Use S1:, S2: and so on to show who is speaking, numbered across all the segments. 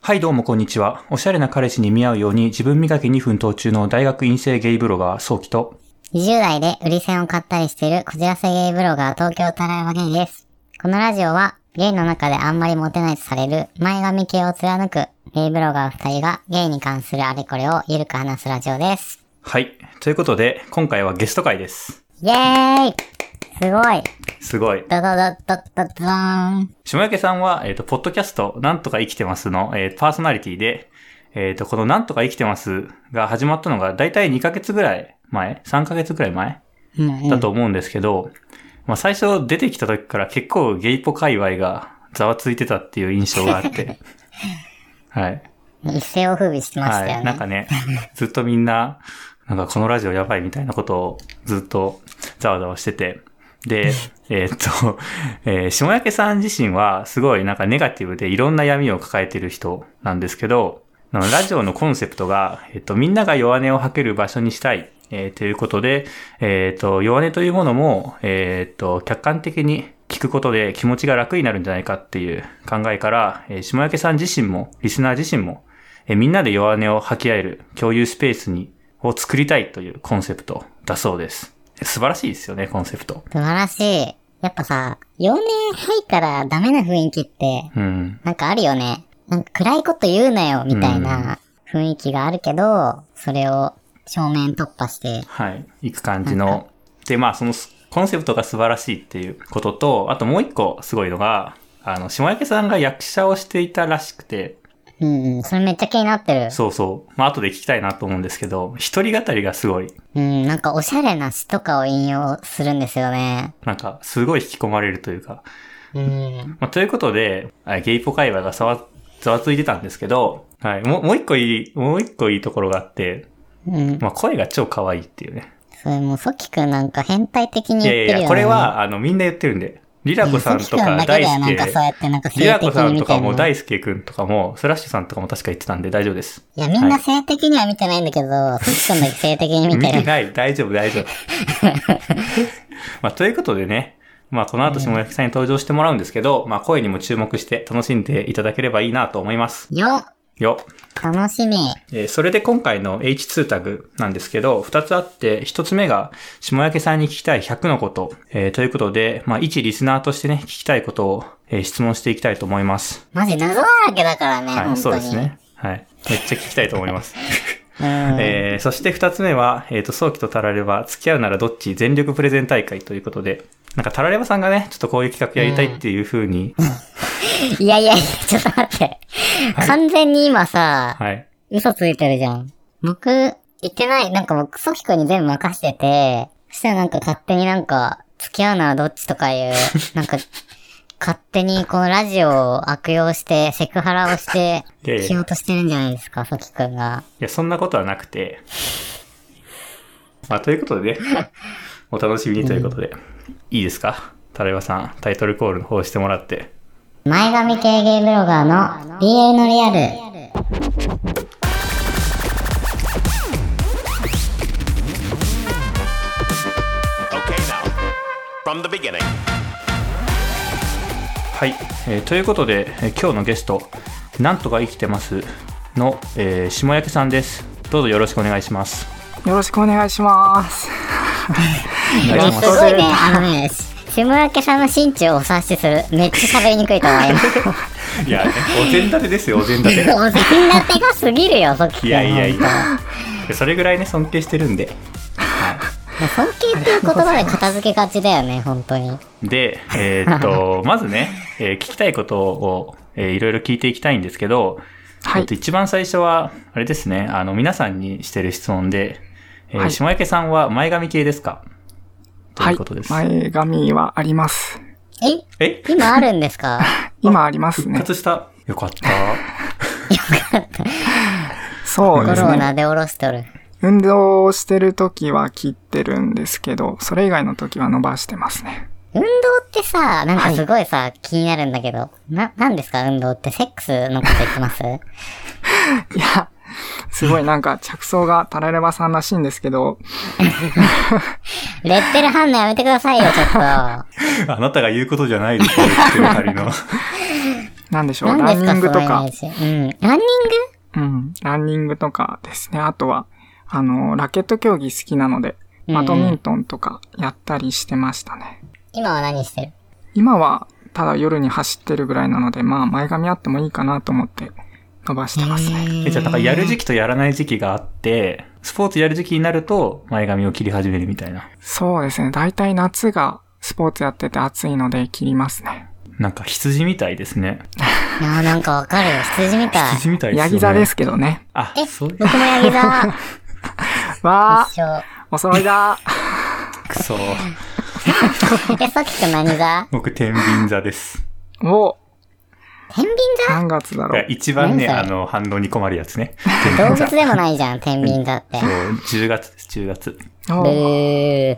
S1: はいどうもこんにちは。おしゃれな彼氏に見合うように自分磨きに奮闘中の大学院生ゲイブロガー、早期と、
S2: 20代で売り線を買ったりしているこじらせゲイブロガー東京タラヤバゲイです。このラジオはゲイの中であんまりモテないとされる前髪系を貫くゲイブロガー2人がゲイに関するあれこれをゆるく話すラジオです。
S1: はい。ということで、今回はゲスト会です。
S2: イエーイすごい
S1: すごい。
S2: ドドドドドドーン
S1: 下焼さんは、えっ、と、ポッドキャスト、なんとか生きてますの、えーパーソナリティで、えっ、と、このなんとか生きてますが始まったのが、だいたい2ヶ月ぐらい前 ?3 ヶ月ぐらい前
S2: うんうん
S1: だと思うんですけど、まあ最初出てきた時から結構ゲイポ界隈がざわついてたっていう印象があ って。はい。
S2: 一世を風靡してました
S1: は
S2: よ
S1: い。
S2: ね。
S1: なんかね、ずっとみんな、なんかこのラジオやばいみたいなことをずっとざわざわしてて。 で、えーっと、えー、下焼さん自身はすごいなんかネガティブでいろんな闇を抱えてる人なんですけど、あのラジオのコンセプトが、えっと、みんなが弱音を吐ける場所にしたい、えーということで、えっと、弱音というものも、えっと、客観的に聞くことで気持ちが楽になるんじゃないかっていう考えから、えー、下焼さん自身も、リスナー自身も、えーみんなで弱音を吐き合える共有スペースに、を作りたいというコンセプトだそうです。素晴らしいですよね、コンセプト。
S2: 素晴らしい。やっぱさ、4年入ったらダメな雰囲気って
S1: うん。
S2: なんかあるよね。なんか暗いこと言うなよ、みたいな雰囲気があるけど、それを正面突破して。
S1: はい。行く感じの。で、まあ、そのすコンセプトが素晴らしいっていうことと、あともう一個すごいのが、あの、下焼さんが役者をしていたらしくて、
S2: うんうん、それめっちゃ気になってる。
S1: そうそう。まあ、後で聞きたいなと思うんですけど、一人語りがすごい、
S2: うん、なんかおしゃれな詩とかを引用するんですよね。
S1: なんか、すごい引き込まれるというか、
S2: うん。
S1: まあ、ということで、あゲイポ会話がざわ、ざわついてたんですけど、はい。もう、もう一個いい、もう一個いいところがあって、
S2: うん。
S1: まあ、声が超可愛いっていうね。
S2: それもう、ソキくんなんか変態的に言
S1: いやい
S2: ってるよね。
S1: やいや、これは、あの、みんな言ってるんで。リラ
S2: うん、
S1: コさんと
S2: ソキく
S1: か
S2: だけ
S1: 大
S2: だよ、なんかそう
S1: 輔、
S2: やってなんか
S1: リ
S2: 性
S1: ラ
S2: 的
S1: コさん
S2: に
S1: と
S2: 見て
S1: か
S2: るの。
S1: も
S2: い
S1: 大輔くんとかも、スラッシュさんとかも確か言ってたんで大丈夫です。
S2: や、みんな性的には見てないんだけど、ソキくんだけ性的に見
S1: 見
S2: て
S1: て
S2: る。
S1: ない。大丈夫、大 丈夫。まあ、ということでね、まあ、この後下焼さんに登場してもらうんですけど、まあ、声にも注目して楽しんでいただければいいなと思います。
S2: よ
S1: よ。
S2: 楽しみ。
S1: えーそれで今回の H2 タグなんですけど、二つあって、一つ目が、下焼さんに聞きたい100のこと、えーということで、まあ、一リスナーとしてね、聞きたいことを、えー質問していきたいと思います。
S2: マジ謎だらけだからね、
S1: は
S2: 本当
S1: い、
S2: に。
S1: そうですね。はい。めっちゃ聞きたいと思い ます。
S2: うん。
S1: えーそして二つ目は、えっ、と、早期とタラレバ、付き合うならどっち全力プレゼン大会ということで、なんかタラレバさんがね、ちょっとこういう企画やりたいっていう風に、
S2: いやいや、ちょっと待って。完全に今さ、
S1: はい。
S2: 嘘ついてるじゃん。僕、言ってない。なんか僕、ソキ君に全部任してて、そしたらなんか勝手になんか、付き合うならどっちと かいう、なんか、勝手にこのラジオを悪用して、セクハラをして
S1: いやいや、
S2: しようとしてるんじゃないですか、ソキ君が。
S1: いや、そんなことはなくて、まあ、ということでね、 お楽しみにということで、いいですかタラレバさん、タイトルコールの方してもらって。
S2: 前髪系ゲイブロガーの BA のリアル。
S3: Okay, now, from the beginning.
S1: はい、えーということで、えー今日のゲスト、なんとか生きてますの、えー下焼さんです。どうぞよろしくお願いします。
S4: よろしくお願いします。
S1: お願いします
S2: すごいね、あのね、 下明けさんの心中をお察しする。めっちゃ喋りにくいと思います。
S1: いや、お膳立てですよ、お膳立て。
S2: お膳立てが過ぎるよ、ソキ 君。
S1: いやいやいや。それぐらいね、尊敬してるんで。
S2: 尊敬っていう言葉で片付けがちだよね、本当に。
S1: で、えーっ と、まずね、えー聞きたいことを、えーいろいろ聞いていきたいんですけど、
S4: は
S1: えー
S4: い
S1: っと一番最初は、あれですね、あの、皆さんにしてる質問で、えー
S4: はい
S1: 下池さんは前髪系ですかということです。
S4: 前髪はあります。
S2: え
S1: え
S2: 今あるんですか
S4: 今あります
S1: 復
S4: ね。
S1: 活した。よか った。
S4: そう
S2: ゴ
S4: です
S2: ロを
S4: ね。
S2: なでおろしとる。
S4: 運動をしてるときは切ってるんですけど、それ以外のときは伸ばしてますね。
S2: 運動ってさ、なんかすごいさ、気になるんだけど、な、なんですか運動ってセックスのこと言ってます
S4: いや、すごいなんか着想がタラレバさんらしいんですけど、
S2: レッテル反応やめてくださいよ、ちょっと。
S1: あなたが言うことじゃないですよ、言ってる仮の。
S4: なんでし ょう、ラ
S2: 何です
S4: ンニ
S2: か
S4: ン
S2: そ
S4: グ
S2: の
S4: と
S2: イメ
S4: か
S2: ー、ジ。うん。ランニング
S4: うん、ランニングとかですね。あとは、あの、ラケット競技好きなので、バドミントンとかやったりしてましたね。
S2: 今は何してる
S4: 今は、ただ夜に走ってるぐらいなので、まあ、前髪あってもいいかなと思って伸ばしてますね。
S1: えじゃあなんかやる時期とやらない時期があって、スポーツやる時期になると前髪を切り始めるみたいな。
S4: そうですね。大体夏がスポーツやってて暑いので切りますね。
S1: なんか羊みたいですね。
S2: あーなんかわかるよ。羊みたい。
S1: 羊みたいですよね。
S4: ヤギ座ですけどね。
S1: あ、
S2: え
S1: そういう
S2: 僕もヤギ座。
S4: わ
S2: 一緒。
S4: ー、お揃 いだ。
S1: くそ。
S2: え、さっきと何座
S1: 僕、天秤座です。
S4: お、
S2: 天秤
S4: 何月だ
S1: い
S4: ろ
S1: や
S4: う。
S1: 一番ね、
S2: 何
S1: あ
S2: それ
S1: の、反応に困るやつね。
S2: 座動物でもないじゃん、天秤座って
S1: そ。う、10月です、10月。
S4: お
S2: ブー。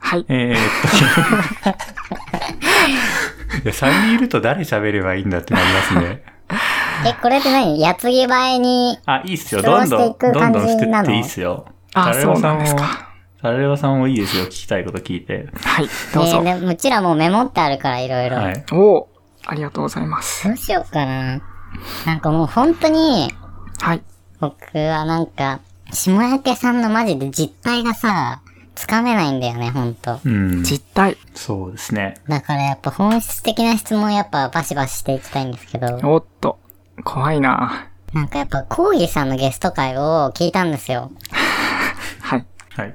S4: はい。
S1: えー、っ と。いや、3人いると誰喋ればいいんだってなりますね。
S2: え、これって何矢継ぎ早に、
S1: あ、いいっすよ。
S2: 質
S1: ど
S2: 問
S1: ん
S2: して
S1: ど
S2: い
S1: ん、
S2: く
S1: どんどんして
S2: 感じな
S1: っ
S2: の
S1: ていいっすよ。
S4: あ、
S1: タレ
S4: そ
S1: オ
S4: う
S1: さ
S4: なん
S1: ん
S4: です
S1: も、
S4: か。
S1: タレオさんもいいですよ。聞きたいこと聞いて。
S4: はい、
S2: え
S4: どうぞ。
S2: ーでもうちらもうメモってあるからいろいろ。
S1: はい。
S4: おー、ありがとうございます。
S2: どうしようかな。なんかもう本当に、
S4: はい。
S2: 僕はなんか、下焼さんのマジで実態がさ、つかめないんだよね、ほんと。
S1: うん。
S4: 実態。
S1: そうですね。
S2: だからやっぱ本質的な質問やっぱバシバシしていきたいんですけど、
S4: おっと、怖いな
S2: なんかやっぱコーギーさんのゲスト会を聞いたんですよ。
S4: はい。
S1: はい。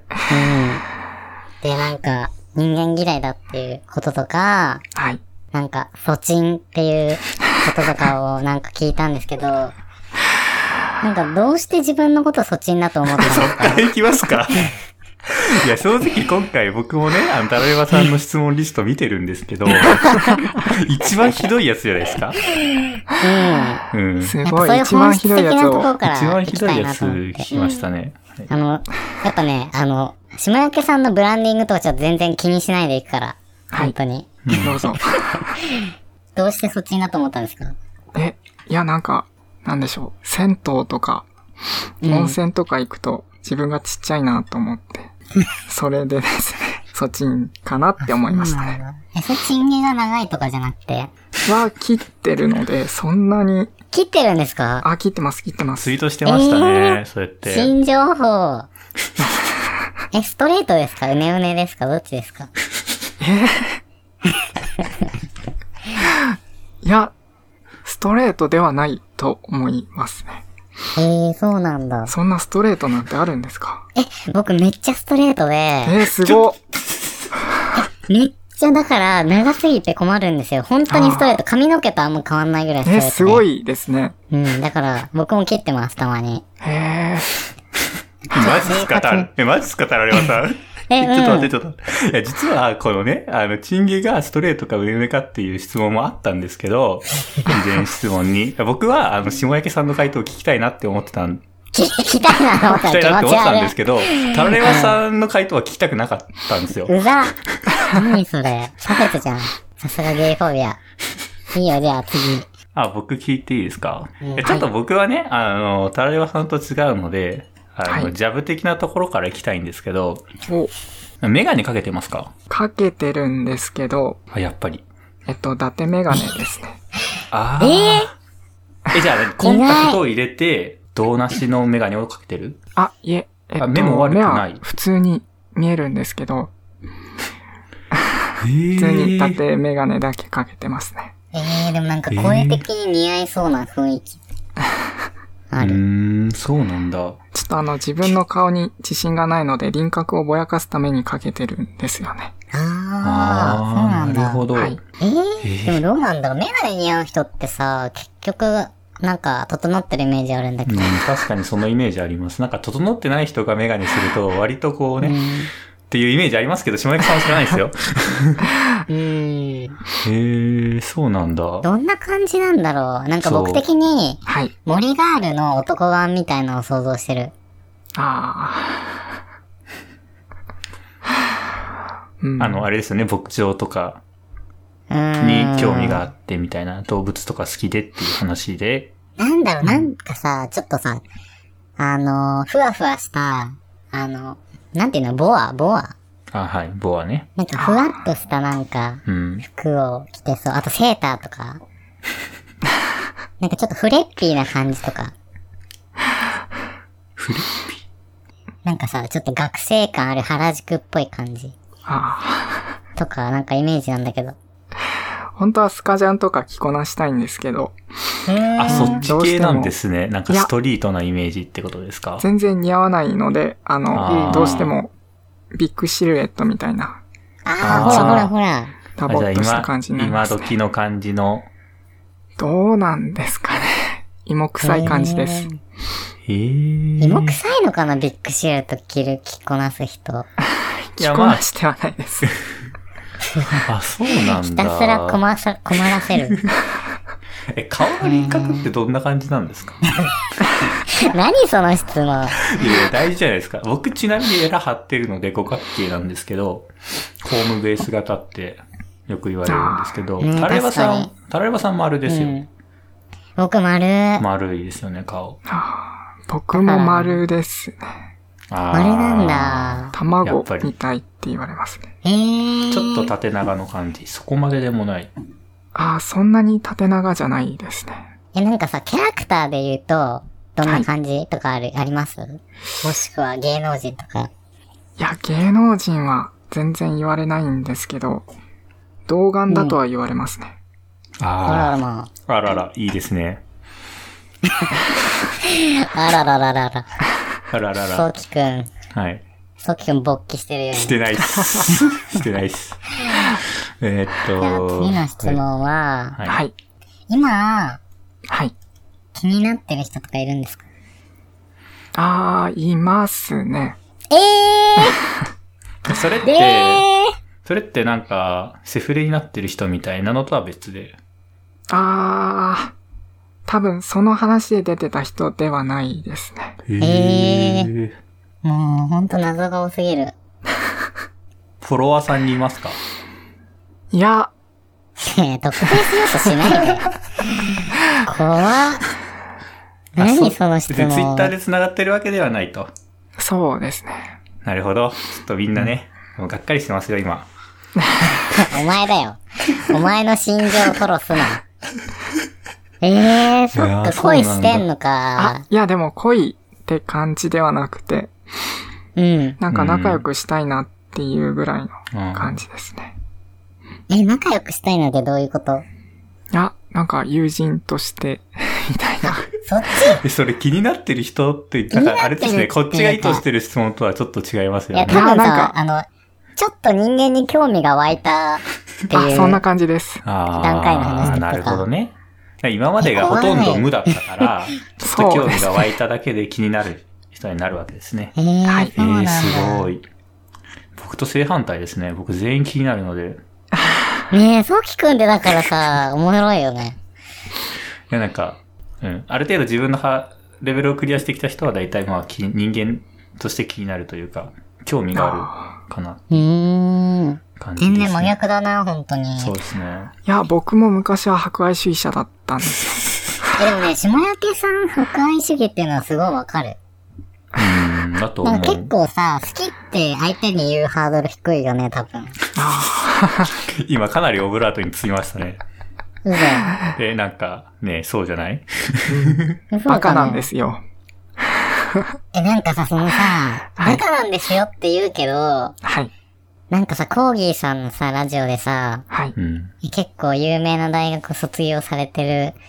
S2: で、なんか、人間嫌いだっていうこととか、
S4: はい。
S2: なんか、ソチンっていうこととかをなんか聞いたんですけど、 なんかどうして自分のことソチンだと思ったの
S1: あ れいきますかいや、正直今回僕もね、あの、タラレバさんの質問リスト見てるんです けど、一番ひどいやつじゃないですか
S2: うん。
S1: うん。一
S4: す
S2: やっぱ
S4: ご
S2: そう
S4: い、
S2: いう
S4: 一番
S2: 本質
S4: ひ
S2: 的
S4: どいや
S2: な
S4: つ
S2: ところ
S4: を。
S2: から
S1: 番
S2: 行
S1: ひ
S2: き
S1: ど
S2: た
S1: い
S2: い
S1: や
S2: な
S1: つ
S2: と思っ
S1: 聞
S2: て。
S1: きましたね。はい
S2: あの、やっぱね、あの、下焼さんのブランディングとかちょっと全然気にしないでいくから、
S4: はい
S2: 本当に。
S4: どうぞ。
S2: どうしてソチンだと思ったんですか
S4: え、いや、なんか、なんでしょう。銭湯とか、温泉とか行くと、自分がちっちゃいなと思って、それでですね、そっちにかなって思いましたね。
S2: え、それチン毛が長いとかじゃなくて、
S4: は切ってるので、そんなに、
S2: 切ってるんですか
S4: あ、切ってます、切ってま
S1: ツ
S4: す
S1: イ。ートしてましたね、そうやって。
S2: 新情報。え、ストレートですかうねうねですかどっちですか
S4: いや、ストレートではないと思いますね。
S2: えー、そうなんだ。
S4: そんなストレートなんてあるんですか
S2: え、僕めっちゃストレートで、
S4: えー、すごっ
S2: めっちゃだから長すぎて困るんですよ。本当にストレート。髪の毛とあんま変わんないぐらいストレ
S4: え
S2: ー
S4: ー、
S2: トで。
S4: すごいですね。
S2: うん、だから僕も切ってます、たまに。
S4: へえ。
S1: マジっすか、タラ、え、マジっすか、タラレバさ ん。
S2: え、
S1: ちょっと待って、
S2: う
S1: ちょっと待って。いや、実は、このね、あの、チンゲがストレートか上目かっていう質問もあったんですけど、以前質問に。僕は、あの、下焼さんの回答を聞きたいなって思ってたん、
S2: ん。 ききたいなと思っ
S1: 聞きた
S2: たら
S1: い
S2: 気
S1: なって
S2: 持
S1: 思ってたん
S2: ち
S1: です
S2: 悪
S1: けど、タラレバさんの回答は聞きたくなかったんですよ。
S2: い。うざ。何それ。差別じゃん。さすがゲイフォビア。いいよ、じゃあ次。
S1: あ、僕聞いていいですか、
S2: うん
S1: えちょっと僕はね、あの、タラレバさんと違うので、あの、
S4: はい
S1: ジャブ的なところから行きたいんですけど、
S4: お、
S1: メガネかけてますか
S4: かけてるんですけど、
S1: あやっぱり。
S4: えっと、伊達メガネですね。
S1: ああ。えじゃあ何、コンタクトを入れて、銅なしのメガネをかけてる
S4: あ、いえ、えっと、
S1: 目も悪くない
S4: 目は普通に見えるんですけど、
S1: え
S4: 普通に伊達メガネだけかけてますね。
S2: えー、でもなんか声的に似合いそうな雰囲気。あ
S1: う
S2: る。
S1: ーん、そうなんだ。
S4: ちょっとあの、自分の顔に自信がないので、輪郭をぼやかすためにかけてるんですよね。
S2: ああ、
S1: ー
S2: そうなんだ。
S1: なるほど。
S4: はい
S2: えー、でもどうなんだろうメガネ似合う人ってさ、結局、なんか、整ってるイメージあるんだけ
S1: うん
S2: ど。、
S1: 確かにそのイメージあります。なんか、整ってない人がメガネすると、割とこうね、っていうイメージありますけど、下役さんは知らないですよ。
S2: うん。
S1: へえ、そうなんだ。
S2: どんな感じなんだろうなんか
S1: そ
S2: 僕
S1: う
S2: 的に、
S4: はい。
S2: 森ガールの男版みたいなのを想像してる。
S4: ああ。うん、
S1: あの、あれですよね、牧場とか
S2: うーん。
S1: に興味があってみたいな、動物とか好きでっていう話で、
S2: なんだろう、なんかさ、ちょっとさ、あの、ふわふわした、あの、なんていうの、ボアボア
S1: あ、はい、棒はね。
S2: なんかふわっとしたなんか
S1: うん。
S2: 服を着てそう。あとセーターとか。なんかちょっとフレッピーな感じとか。なんかさ、ちょっと学生感ある原宿っぽい感じ
S4: あ
S2: とか、なんかイメージなんだけど。
S4: あ。本当はスカジャンとか着こなしたいんですけど、
S1: あ、そっち
S4: どうして
S1: 系
S4: も
S1: なんですね。なんか
S4: いや
S1: ストリートなイメージってことですか
S4: 全然似合わないので、あの、
S1: あー
S4: どうしてもビッグシルエットみたいな、
S2: あ
S1: あー
S2: あ、ほらほらほら。
S4: ダ
S1: あ
S4: ボ
S1: じゃあ
S4: っとした
S1: 今
S4: 感じになりま
S1: 今
S4: す、ね。
S1: 時の感じの。
S4: どうなんですかね。 芋臭い感じです。
S1: え
S2: えー。
S1: ー
S2: 芋臭いのかなビッグシルエット着る、着こなす人。
S1: い
S4: 着
S1: や
S4: こ
S1: ま
S4: な
S1: あ
S4: してはないです。
S1: あ、そうなんだ。
S2: ひたすら困らさ、困らせる。
S1: え、顔の輪郭ってどんな感じなんです か
S2: 何その質問。
S1: いやいや、大事じゃないですか。僕ちなみにエラ張ってるので五角形なんですけど、ホームベース型ってよく言われるんですけど、
S2: うん
S1: タラレバさん
S2: 確、
S1: タラレバさん丸ですよ。
S2: うん僕丸。
S1: 丸いですよね、顔。
S4: 僕も丸ですね。
S1: あー
S2: 丸なん。だ。
S1: やっ
S4: 卵
S1: ぱり
S4: みたいって言われますね。
S2: えー。
S1: ちょっと縦長の感じ。そこまででもない。
S4: ああ、そんなに縦長じゃないですね。
S2: え、なんかさ、キャラクターで言うと、どんな感じとかある、ありますもしくは芸能人とか。
S4: いや、芸能人は全然言われないんですけど、童顔だとは言われますね。
S2: あら
S1: あ
S2: らま
S1: あ。あらら、いいですね。
S2: あ。あららららら。
S1: あらら
S2: そう
S1: ら。
S2: きくん。
S1: はい。
S2: そうきくん勃起してるよね。
S1: してないっす。 してないっす。えーっ
S2: じゃあ
S1: と。
S2: 次の質問は、
S1: はい。は。
S4: はいい。
S2: 今、
S4: はい。
S2: 気になってる人とかいるんですか
S4: ああ、いますね。
S2: え
S1: それっ
S2: ー
S1: て、
S2: え
S1: それってなんか、セフレになってる人みたいなのとは別で。
S4: ああ、多分その話で出てた人ではないですね。
S2: へーーもう、ほんと謎が多すぎる。
S1: フォロワーさんにいますか
S4: いや、
S2: えー、特定しようとしないで。怖っ。何その質
S1: で、ツイッ
S2: 問
S1: ターで繋がってるわけではないと。
S4: そうですね。
S1: なるほど。ちょっとみんなね、もうがっかりしてますよ、今。
S2: お前だよ。お前の心情を吐露すな。 えー、そ
S1: いや
S2: っ
S1: ー
S2: か、恋してんのか
S4: あ。、いやでも恋って感じではなくて、
S2: うん。
S4: なんか仲良くしたいなっていうぐらいの
S1: うん
S4: 感じですね。
S2: え、仲良くしたいなんてどういうこと
S4: いや、なんか友人として、 みたいな。
S2: そっ
S1: えそれ気になってる人って、なんかあれですね、
S2: 気に
S1: こ
S2: な
S1: っ
S2: ってるって
S1: ちが意図してる質問とはちょっと違います
S2: ちい
S1: よ
S2: や、
S1: ね
S2: 多。分
S4: いやなん
S2: さ
S4: か、
S2: あの、ちょっと人間に興味が湧いたって
S4: あ、
S2: いう。
S4: そんな感じです。
S1: あ
S2: 段階の話
S1: あ
S2: と
S1: ー、
S2: か
S1: なるほどね。今までがほとんど無だったから、ちょっと興味が湧いただけで気になる人になるわけですね。
S2: えー、
S4: はい
S2: そうなん
S1: えー、
S2: だ。
S1: すごい。僕と正反対ですね。僕全員気になるので。
S2: ねえ、そうきくんでだからさ、 おもろいよね。
S1: いや、なんか、うん。ある程度自分のはレベルをクリアしてきた人は大体まあ気人間として気になるというか、興味があるかな、
S2: うーん。
S1: 感じ
S2: 全
S1: です、ね。
S2: 然真逆だな、本当に。
S1: そうですね。
S4: いや、僕も昔は博愛主義者だったんですよ。
S2: え、でもね、下焼けさん博愛主義っていうのはすごいわかる。
S1: うん、だと
S2: な
S1: 思
S2: んか結
S1: う。
S2: 構さ、好きって相手に言うハードル低いよね、多分。
S1: 今かなりオブラートに包みました ね。
S2: うぜ。。
S1: え、なんか、ね、そうじゃない
S4: バカなんですすよ。
S2: え、なんかさ、そのさ、
S4: はい
S2: バカなんですよって言うけど、
S4: はい。
S2: なんかさ、コーギーさんのさ、ラジオでさ、
S4: はい。
S1: うん。
S2: 結構有名な大学卒業されてる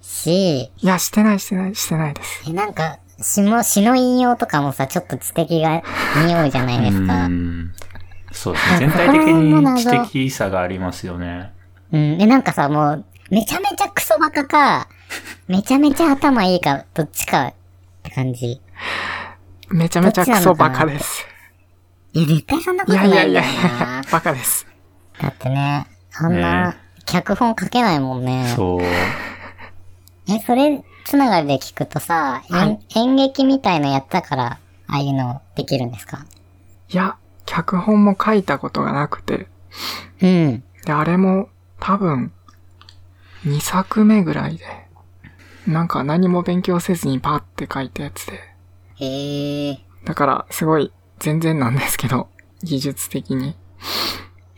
S2: し、
S4: いや、してない、してない、してないです。
S2: え、なんか、詩も、詩の引用とかもさ、ちょっと知的が匂いじゃないですか
S1: う。ん。そうですね。全体的に知的さがありますよね。
S2: うん。え、なんかさ、もう、めちゃめちゃクソバカか、めちゃめちゃ頭いいか、どっちかって感じ。
S4: めちゃめちゃクソバカです。
S2: いや、絶対そんなこ
S4: い
S2: と
S4: や
S2: ない
S4: い
S2: んだ
S4: や
S2: よ
S4: い
S2: な。
S4: やいや、バカです。
S2: だってね、あんな
S1: ね、
S2: 脚本書けないもんね。
S1: そう。
S2: え、それ、つながりで聞くとさ、えん
S4: はい
S2: 演劇みたいのやったから、ああいうのできるんですか
S4: いや、脚本も書いたことがなくて、
S2: うん。
S4: で、あれも多分、2作目ぐらいで、なんか何も勉強せずにパーって書いたやつで、
S2: へえ。
S4: だからすごい全然なんですけど、技術的に。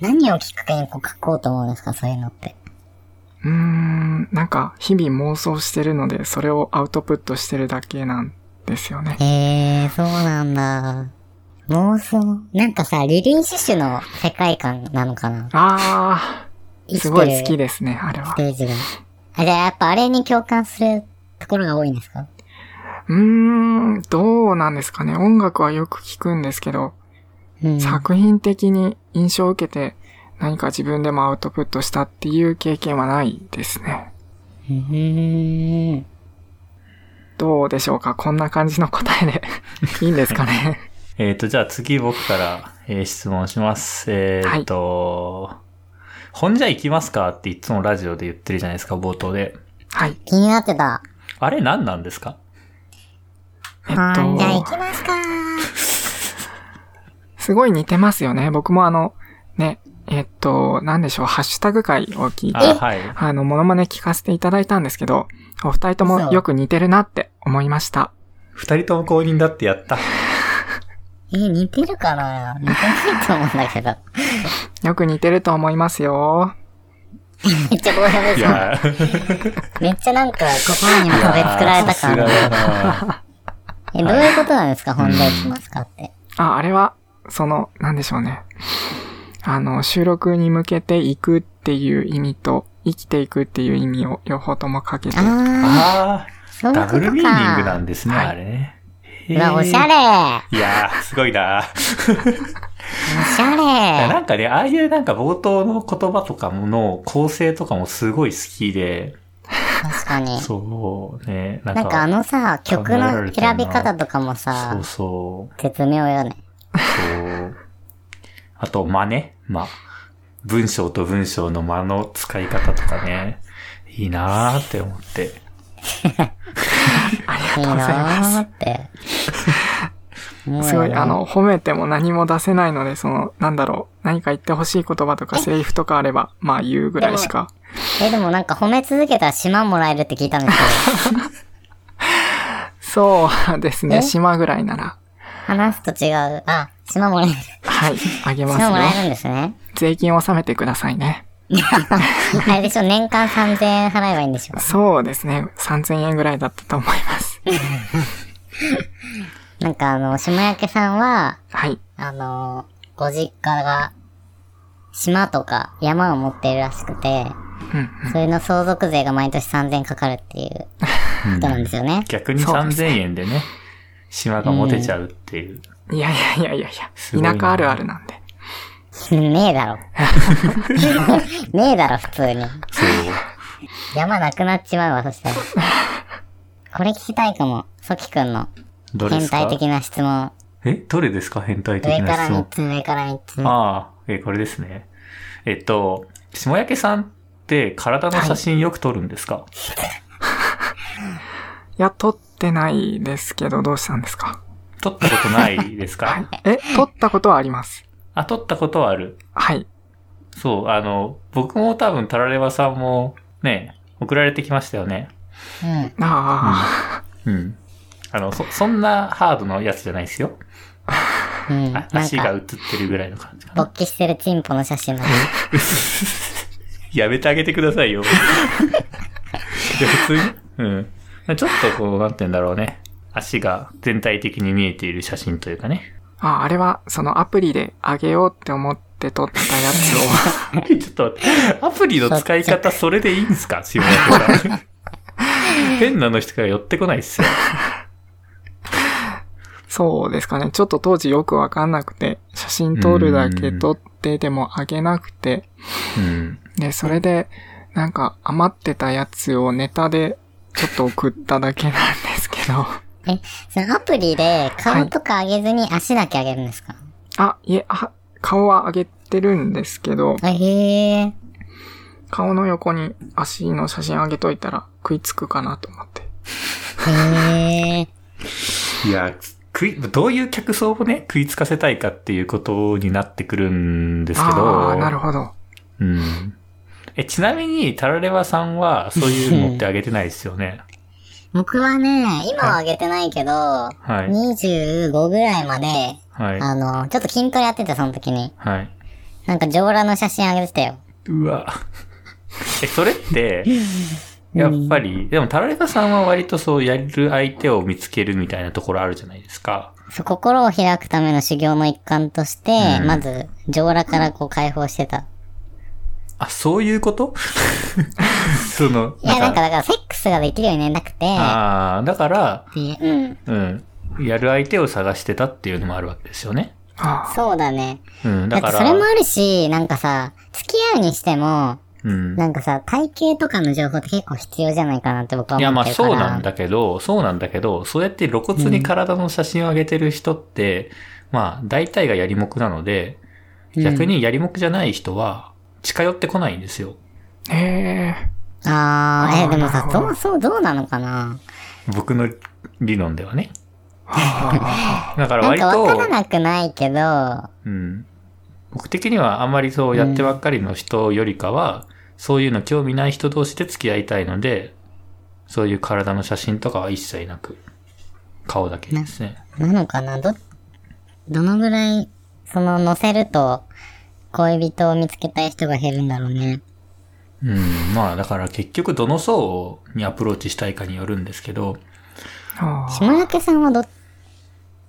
S2: 何をきっかけにこう書こうと思うんですか、そういうのって。
S4: うーん、なんか日々妄想してるので、それをアウトプットしてるだけなんですよね。
S2: へえー、そうなんだ。妄想なんかさ、リリー・シュシュの世界観なのかな
S4: あ
S2: 生き
S4: ー、
S2: て
S4: す
S2: る
S4: ごい好きですね、あれは
S2: ス。テージが。あ、じゃあやっぱあれに共感するところが多いんですか
S4: うーん、どうなんですかね。音楽はよく聞くんですけど、
S2: うん。
S4: 作品的に印象を受けて何か自分でもアウトプットしたっていう経験はないですね。
S2: うーん。
S4: どうでしょうかこんな感じの答 えでいいんですかね
S1: えっ、と、じゃあ次僕から、えー質問します。えっ、と、本じゃ行きますかっていつもラジオで言ってるじゃないですか、冒頭で。
S4: はい。
S2: 気になってた。
S1: あれ何なんですか
S4: えっ
S2: はーいじゃあ行
S4: と、
S2: きますか
S4: すごい似てますよね。僕もあの、ね、えっと、なんでしょう、ハッシュタグ会を聞いて、
S1: あ、はい。
S4: あの、モノマネ聞かせていただいたんですけど、お二人ともよく似てるなって思いました。
S1: 二人とも公認だってやった。
S2: え、似てるかな似てないと思うんだけど。
S4: よく似てると思いますよ。
S2: めっちゃ強引で
S1: い
S2: すね
S1: やー、
S2: めっちゃなんか心にも壁作られた感
S1: いやーさすが
S2: が。
S1: だ な
S2: え、どういうことなんですか本題行きますかって。
S4: あ、あれは、その、なんでしょうね。あの、収録に向けていくっていう意味と、生きていくっていう意味を両方ともかけて。
S2: あ
S1: あ
S2: ー、そう
S1: ー、
S2: い
S1: ダ
S2: うことか。
S1: ブルミーニングなんですね、
S4: はい
S1: あれね。
S2: うわ、おしゃ
S1: れ
S2: れお
S1: いやー、すごい な
S2: しゃれ
S1: なんかね、ああいうなんか冒頭の言葉とかもの構成とかもすごい好きで、
S2: 確かに。
S1: そうね、なんか、
S2: なんかあのさ、曲
S1: 考えら
S2: の
S1: れてるな
S2: 選び方とかも
S1: そ
S2: さ
S1: う、そう、
S2: 絶妙よね。
S1: そう。あと、間ね。間。文章と文章の間の使い方とかね。いいなーって思って。
S2: いいなーって。もう
S4: すごい、あの、褒めても何も出せないので、その、なんだろう、何か言ってほしい言葉とかセリフとかあれば、まあ言うぐらいしか。
S2: え、でもなんか褒め続けたら島もらえるって聞いたんです けど、
S4: そうですね、
S2: え
S4: 島ぐらいなら。
S2: 話すと違う。あ、島もらえる。
S4: はい、あげます
S2: 島もらえ
S4: よ。
S2: るんですね。
S4: 税金納めてくださいね。
S2: あれでしょ、年間3000円払えばいいんでしょ。
S4: そうですね、3000円ぐらいだったと思います。
S2: なんかあの、島焼さんは、
S4: はい。
S2: あの、ご実家が、島とか山を持っているらしくて、
S4: うん、
S2: それの相続税が毎年3000円かかるっていうことなんですよね。
S1: 逆に
S4: そうです
S1: 3000円でね、島が持てちゃうっていう。
S4: いやいやいやいや
S1: すご
S4: い
S1: いな
S4: や、田舎あるあるなんで。
S2: ねえだろ。 ねえだろ、普通に。
S1: そう。
S2: 山なくなっちまうわ、そしたら。これ聞きたいかも。ソキくんの
S1: どれで
S2: 変
S1: すか
S2: 態的な質問。
S1: え、どれですか変態的
S2: 上
S1: な
S2: から
S1: 質
S2: 3
S1: 問。
S2: つ、上から3つ。
S1: ああ、え、これですね。えっと、下焼さんって体の写真よく撮るんですか、
S4: いや、撮ってないですけど、どうしたんですか
S1: 撮ったことないですか、
S4: はい。え、撮ったことはあります。
S1: あ、撮ったことはある。
S4: はい。
S1: そう、あの、僕も多分タラレバさんもね、送られてきましたよね。
S2: うん。
S4: あ
S1: うん。あの、そ、そんなハードのやつじゃないですよ。
S2: うん。な
S1: あ
S2: ん
S1: 足が
S2: か、
S1: 写ってるぐらいの感じかな。
S2: 勃起してるチンポの写真だね。
S1: やめてあげてください よ。いや、普通に。うん。ちょっとこう、なんて言うんだろうね。足が全体的に見えている写真というかね。
S4: あ、ああれは、そのアプリであげようって思って撮ったやつ
S1: ちょっと待って、アプリの使い方それでいいんです か下役さん。変なの人から寄ってこないっすよ。
S4: を、 そうですかね。ちょっと当時よくわかんなくて、写真撮るだけ撮って、でもあげなくて、
S1: うん。
S4: で、それで、なんか余ってたやつをネタでちょっと送っただけなんですけど。
S2: え、そのアプリで顔とか上げずに足だけ上げるんですか、
S4: あ、いえ、あ、顔は上げてるんですけど、
S2: あへえ。
S4: 顔の横に足の写真上げといたら食いつくかなと思って。
S2: へえ。
S1: いや、食い、どういう客層をね、食いつかせたいかっていうことになってくるんですけど。
S4: ああ、なるほど。
S1: うん。え、ちなみに、タラレバさんは、そういうのってあげてないですよね。
S2: 僕はね、今は上げてないけど、
S1: はい。
S2: 25ぐらいまで、
S1: はい。
S2: あの、ちょっと筋トレやってて、その時に。
S1: はい。
S2: なんか上裸の写真あげてたよ。
S1: うわ。え、それって、やっぱり、でも、タラレバさんは割とそう、やる相手を見つけるみたいなところあるじゃないですか。
S2: そう心を開くための修行の一環として、
S1: うん
S2: まず、上裸からこう解放してた。
S1: あ、そういうこと その、
S2: いや、なんかだから、セックスができるようになりたくて、
S1: ああ、だから、
S2: でうん。
S1: うん。やる相手を探してたっていうのもあるわけですよね。
S4: あ
S2: そうだね。
S1: うん、
S2: だ
S1: だ
S2: って
S1: か
S2: それ
S1: ら、
S2: もあるし、なんかさ、付き合うにしても、
S1: うん。
S2: なんかさ、体型とかの情報って結構必要じゃないかなって僕はい思
S1: や、ま
S2: っ
S1: あ
S2: てるから。
S1: そうなんだけど、そうなんだけど、そうやって露骨に体の写真を上げてる人って、まあ大体がやりもくなので、逆にやりもくじゃない人は近寄ってこないんですよ。
S4: あ。ええ
S2: あー、え、
S4: あー
S2: でもさ、
S4: なるほ
S2: ど
S4: ど
S2: う、そう、どうなのかな
S1: 僕の理論ではね。
S4: は
S1: だから
S2: なん
S1: 割
S2: かわから
S1: と、
S2: なくないけど、
S1: うん。僕的にはあんまりそうやってばっかりの人よりかは、そういうの興味ない人同士で付き合いたいので、そういう体の写真とかは一切なく、顔だけですね。
S2: なのかなど、どのぐらい、その、乗せると、恋人を見つけたい人が減るんだろうね。
S1: うん、まあだから結局どの層にアプローチしたいかによるんですけど、
S4: あ。はあ。
S2: 下焼さんはど、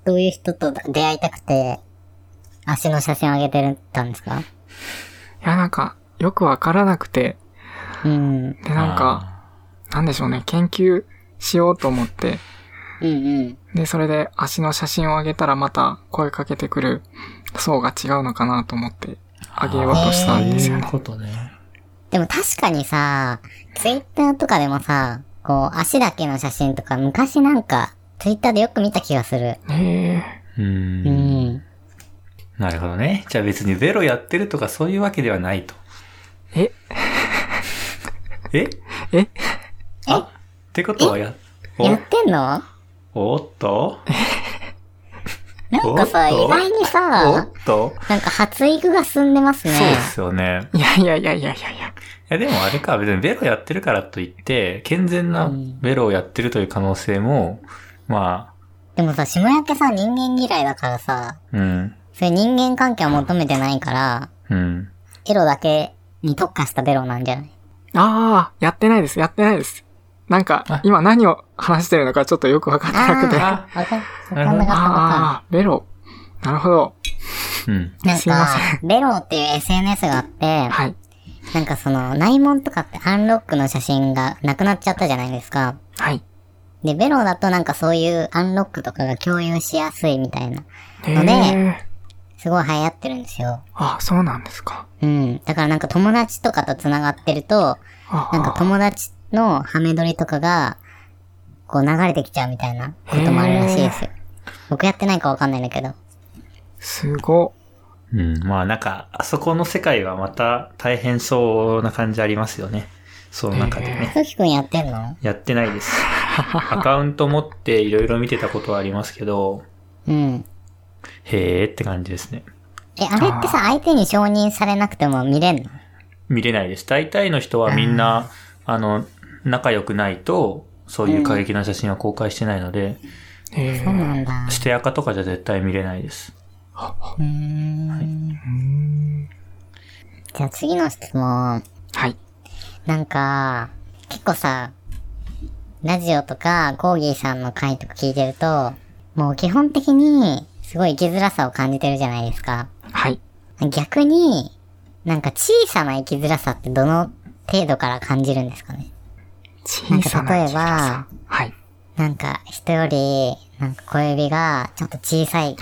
S2: どういう人と出会いたくて、足の写真を上げてたんですか
S4: いや、なんか、よくわからなくて、
S2: うん。うん
S4: で、なんか、なんでしょうね、研究しようと思って、
S2: うん。
S4: で、それで足の写真を上げたらまた声かけてくる層が違うのかなと思って上げようとしたんです
S1: そ
S4: よね
S1: うい。うことね。
S2: でも確かにさ、ツイッターとかでもさ、こう、足だけの写真とか、昔なんか、ツイッターでよく見た気がする。
S4: へ
S1: う。
S2: うんん。
S1: なるほどね。じゃあ別にベロやってるとかそういうわけではないと。
S4: え。
S1: え
S4: え。え
S1: あってことはや、
S2: やってんの
S1: おおっと
S2: なんかさ、意
S1: おっと
S2: 外に
S1: お
S2: さ
S1: っ、と
S2: なんか発育が進んでます
S1: そう
S2: ね。
S1: ですよね。
S4: いやいやいやいやいやいや。
S1: いやでもあれか、別にベロやってるからといって、健全なベロをやってるという可能性も、ま
S2: でもさ、下焼さん人間嫌いだからさ、
S1: あ、うん、
S2: そういう人間関係を求めてないから、
S1: うん。
S2: エロだけに特化したベロなんじゃない
S4: ああ、やってないです、やってないです。なん
S1: あ
S4: か、今何を話してるのかちょっとよくわかってなくて。あ
S1: あ、
S2: わかる
S1: なる
S2: わか
S1: ほ
S2: ん
S1: ど
S2: なかったわかんない
S4: あー、ベロ。なるほど。
S1: うん。
S2: なん
S4: すいま
S2: か
S4: せ、
S2: ベロっていう SNS があって、
S4: はい。
S2: なんかその、内門とかってアンロックの写真がなくなっちゃったじゃないですか。
S4: はい。
S2: で、ベロだとなんかそういうアンロックとかが共有しやすいみたいな、
S4: へ
S2: ので
S4: え。
S2: すごい流行ってるんですよ。
S4: あ、そうなんですか。
S2: うん。だからなんか友達とかと繋がってると、
S4: あ
S2: なんか
S4: あ、
S2: 友達のハメ撮りとかが、こう流れてきちゃうみたいなこともあるらしいですよ。僕やってないかわかんないんだけど。
S4: すご。
S1: うん、まあなんか、あそこの世界はまた大変そうな感じありますよね。その中でね。
S2: ふきくんやってんの
S1: やってない です。アカウント持っていろいろ見てたことはありますけど、
S2: うん。
S1: へーって感じですね。
S2: え、あれってさ、相手に承認されなくても見れんの
S1: 見れないです。大体の人はみんな、あの、仲良くないと、そういう過激な写真は公開してないので、
S4: へ
S2: そう
S4: え。
S2: なんだ。
S1: してアカとかじゃ絶対見れないです。
S2: うーん。
S4: うん
S2: じゃあ次の質問。
S4: はい。
S2: なんか、結構さ、ラジオとか、コーギーさんの回とか聞いてると、もう基本的に、すごい生きづらさを感じてるじゃないですか。
S4: はい。
S2: 逆に、なんか小さな生きづらさってどの程度から感じるんですかね
S4: 小さ
S2: なんか
S4: な
S2: 例えば
S4: 小ささはい。
S2: なんか人より、なんか小指がちょっと小さい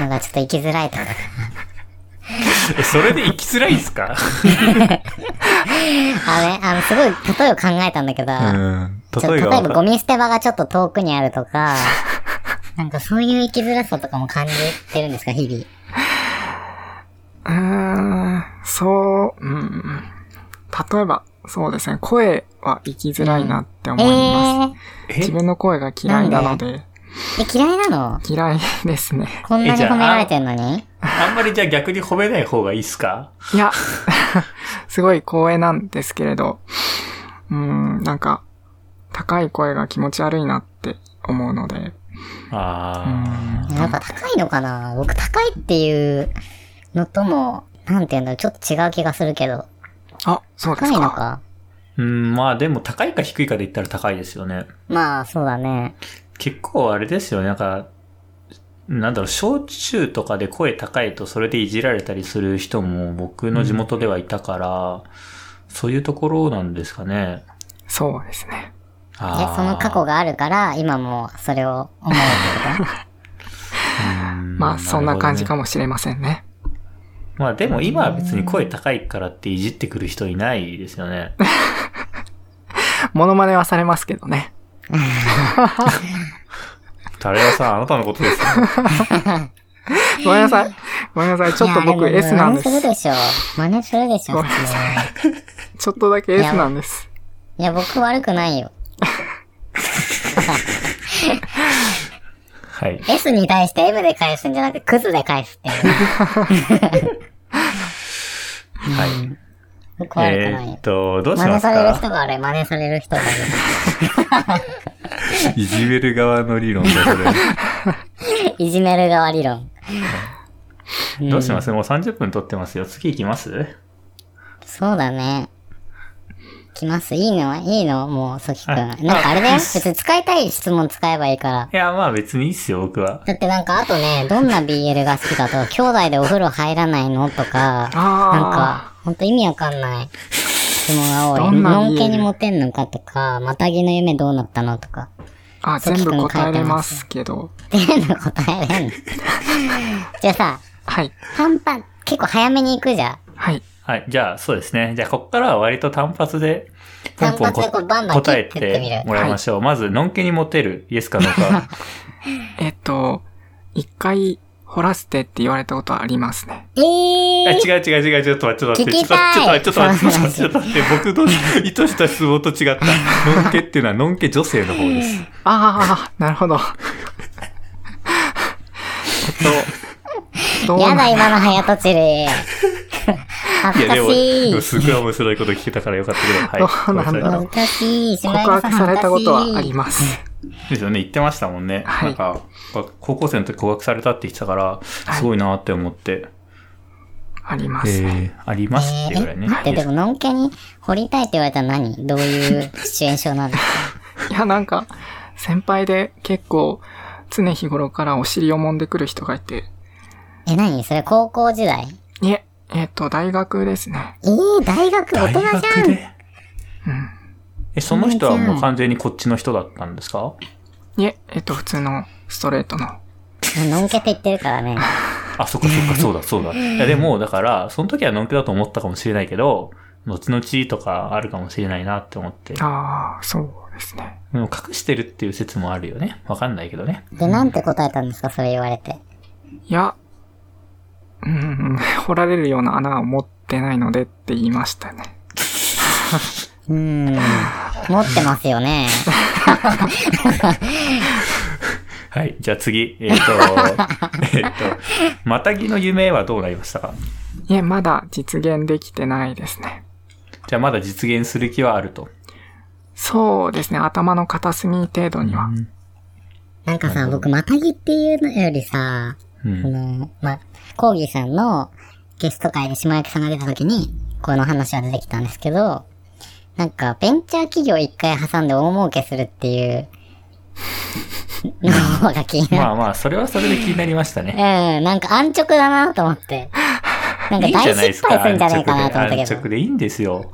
S2: のがちょっと生きづらいとか。
S1: え、それで生きづらいですか
S2: あれ、あの、すごい例えを考えたんだけど、
S1: うん。
S2: ちょ
S1: 例え
S2: 例
S1: が
S2: えば
S1: わ
S2: ゴ
S1: か
S2: ミ捨て場がちょっと遠くにあると か、なんかそういう生きづらさとかも感じてるんですか、日々。
S4: うーん、そう、うん。例えば、そうですね、声は生きづらいなって思います。
S1: え
S4: 自分の声が嫌いなので、
S2: えー、え、嫌いなの
S4: 嫌いですね。
S2: こんなに
S1: えじゃあ
S2: 褒められてんのに
S1: あんまりじゃあ逆に褒めない方がいいですか
S4: いや、 すごい光栄なんですけれど、うーん、なんか、高い声が気持ち悪いなって思うので、
S1: あ
S2: やっぱ高いのかな僕高いっていうのとも、なんていうんだろう、ちょっと違う気がするけど。
S4: あ、そうで
S2: 高い
S4: す
S2: の
S4: か。
S2: か
S1: ーうん、まあでも高いか低いかで言ったら高いですよね。
S2: まあ、そうだね。
S1: 結構あれですよね、なんか、なんだろう、小中とかで声高いとそれでいじられたりする人も僕の地元ではいたから、そういうところなんですかね。
S4: そうですね。
S2: え、
S1: あー
S2: その過去があるから、今もそれを思うって
S1: う
S2: こ
S1: ん
S4: まあ、そんな感じか
S1: るほどね
S4: もしれませんね。
S1: まあでも今は別に声高いからっていじってくる人いないですよ ね。
S4: モノマネはされますけどね。
S1: タレヤさん、あなたのことですよ。
S4: ごめんなさい。ごめんなさい。
S2: と
S4: ちょっと
S2: いやでも
S4: 僕 S なんです
S2: 真。似するでしょ。真似するでしょ、
S4: ご
S2: 普
S4: めん
S2: 通
S4: なさちょっとだけ S なんです。
S2: いや、僕悪くないよ。
S1: はい。
S2: S に対して M で返すんじゃなくて、クズで返すっていう。
S1: はい。
S2: 僕悪くない
S1: えー
S2: よ
S1: っ。と、どうし
S2: 真
S1: ま
S2: 似
S1: す
S2: される人
S1: か
S2: が悪い、真似される人が悪い。
S1: いじめる側の理論だ、それ。
S2: いじめる側理論。
S1: どうしますもう30分撮ってますよ。次行きます
S2: そうだね。来ます。いいのいいのもう、ソキくん。なんかあれだよ。別に使いたい質問使えばいいから。
S1: いや、まあ別にいいっすよ、僕は。
S2: だってなんか、あとね、どんな BL が好きだと、兄弟でお風呂入らないのとか、
S4: あー
S2: なんか、ほんと意味わかんない質問が多
S4: ど
S2: い。
S4: んな BL
S2: のんけにモテんのかとか、またぎの夢どうなったのとか。
S4: あ、
S2: さっき
S4: 全部
S2: くん
S4: 答えれますけど。
S2: 全部答えれんの。じゃあさ、
S4: はい。
S2: 半端、結構早めに行くじゃん。
S4: はい。
S1: はい。じゃあ、そうですね。じゃあ、こっからは割と単発で、ポンポンこ
S2: 単発でこうバンバン切っ
S1: 答え
S2: てってみる
S1: てもらいましょう。まず、のんけにモテる、イエスかノー か。
S4: えっと、一回、掘らせてって言われたことはありますね。
S2: えー
S1: え、違う違う違う、ちょっと待って、ちょっと待って、
S2: 聞きたい
S1: ちょっと待って、ちょっと待 って、ちょっと待って、ちょっと待って、僕の意図した質問と違った。のんけっていうのは、のんけ女性の方 です。
S4: ああ、なるほど。えっと、どう
S2: や
S4: な
S2: だ、今の早とちり。恥
S1: いや、
S2: ずか
S1: でも、
S2: し
S1: でも
S2: い。
S1: すごい面白いこと聞けたからよかった けど、はい。
S4: そうなん
S1: ご
S4: だ
S1: めんなさい
S2: 恥ずかしい。告
S4: 告白されたことはあり
S2: ま
S4: ます。
S1: ですよね、言ってましたもんね。
S4: は
S1: なん
S4: い
S1: か、高校生の時告白されたって言ってたから、
S4: い
S1: すごいなって思って、
S4: あります。
S1: えー、ありますっていうぐらいね。
S2: で、でも、のんけに掘りたいって言われたら何どういうシチュエーションなんですか
S4: いや、なんか、先輩で結構、常日頃からお尻を揉んでくる人がいて、
S2: え、何それ高校時代
S4: いえ、えっと、大学ですね。
S2: えー、大学大
S1: 大
S2: 人じゃん
S1: 学でえ、その人はもう完全にこっちの人だったんですか
S4: いえ、えっと、普通のストレートの。
S2: のんけって言ってるからね。
S1: あ、そっかそっか、そうだそうだ。いや、でも、だから、その時はのんけだと思ったかもしれないけど、後々とかあるかもしれないなって思って。で
S4: ああ、そうですね。
S1: も隠してるっていう説もあるよね。わかんないけどね。
S2: で、なんて答えたんですかそれ言われて。
S4: いや、うん、 掘られるような穴は持ってないのでって言いましたね。
S2: うーん。持ってますよね。
S1: はい。じゃあ次。えっ、 と、えっと、またぎの夢はどうなりましたか
S4: いえ、まだ実現できてないですね。
S1: じゃあまだ実現する気はあると。
S4: そうですね、頭の片隅程度には。
S2: なんかさ、僕、またぎっていうのよりさ、
S1: う
S2: あ
S1: ん。
S2: の、まあ、コーギーさんのゲスト会で島焼さんが出た時に、この話は出てきたんですけど、なんか、ベンチャー企業一回挟んで大儲けするっていう、の方が気になる。
S1: まあまあ、それはそれで気になりましたね。
S2: うん、なんか安直だなと思って。なんか
S1: いいじゃ
S2: 大
S1: ないです
S2: 失
S1: か。
S2: 敗するん
S1: 安
S2: じゃ
S1: 直
S2: ないかなと思っ
S1: で。
S2: た
S1: 安
S2: けど
S1: 直。でいいんです よ。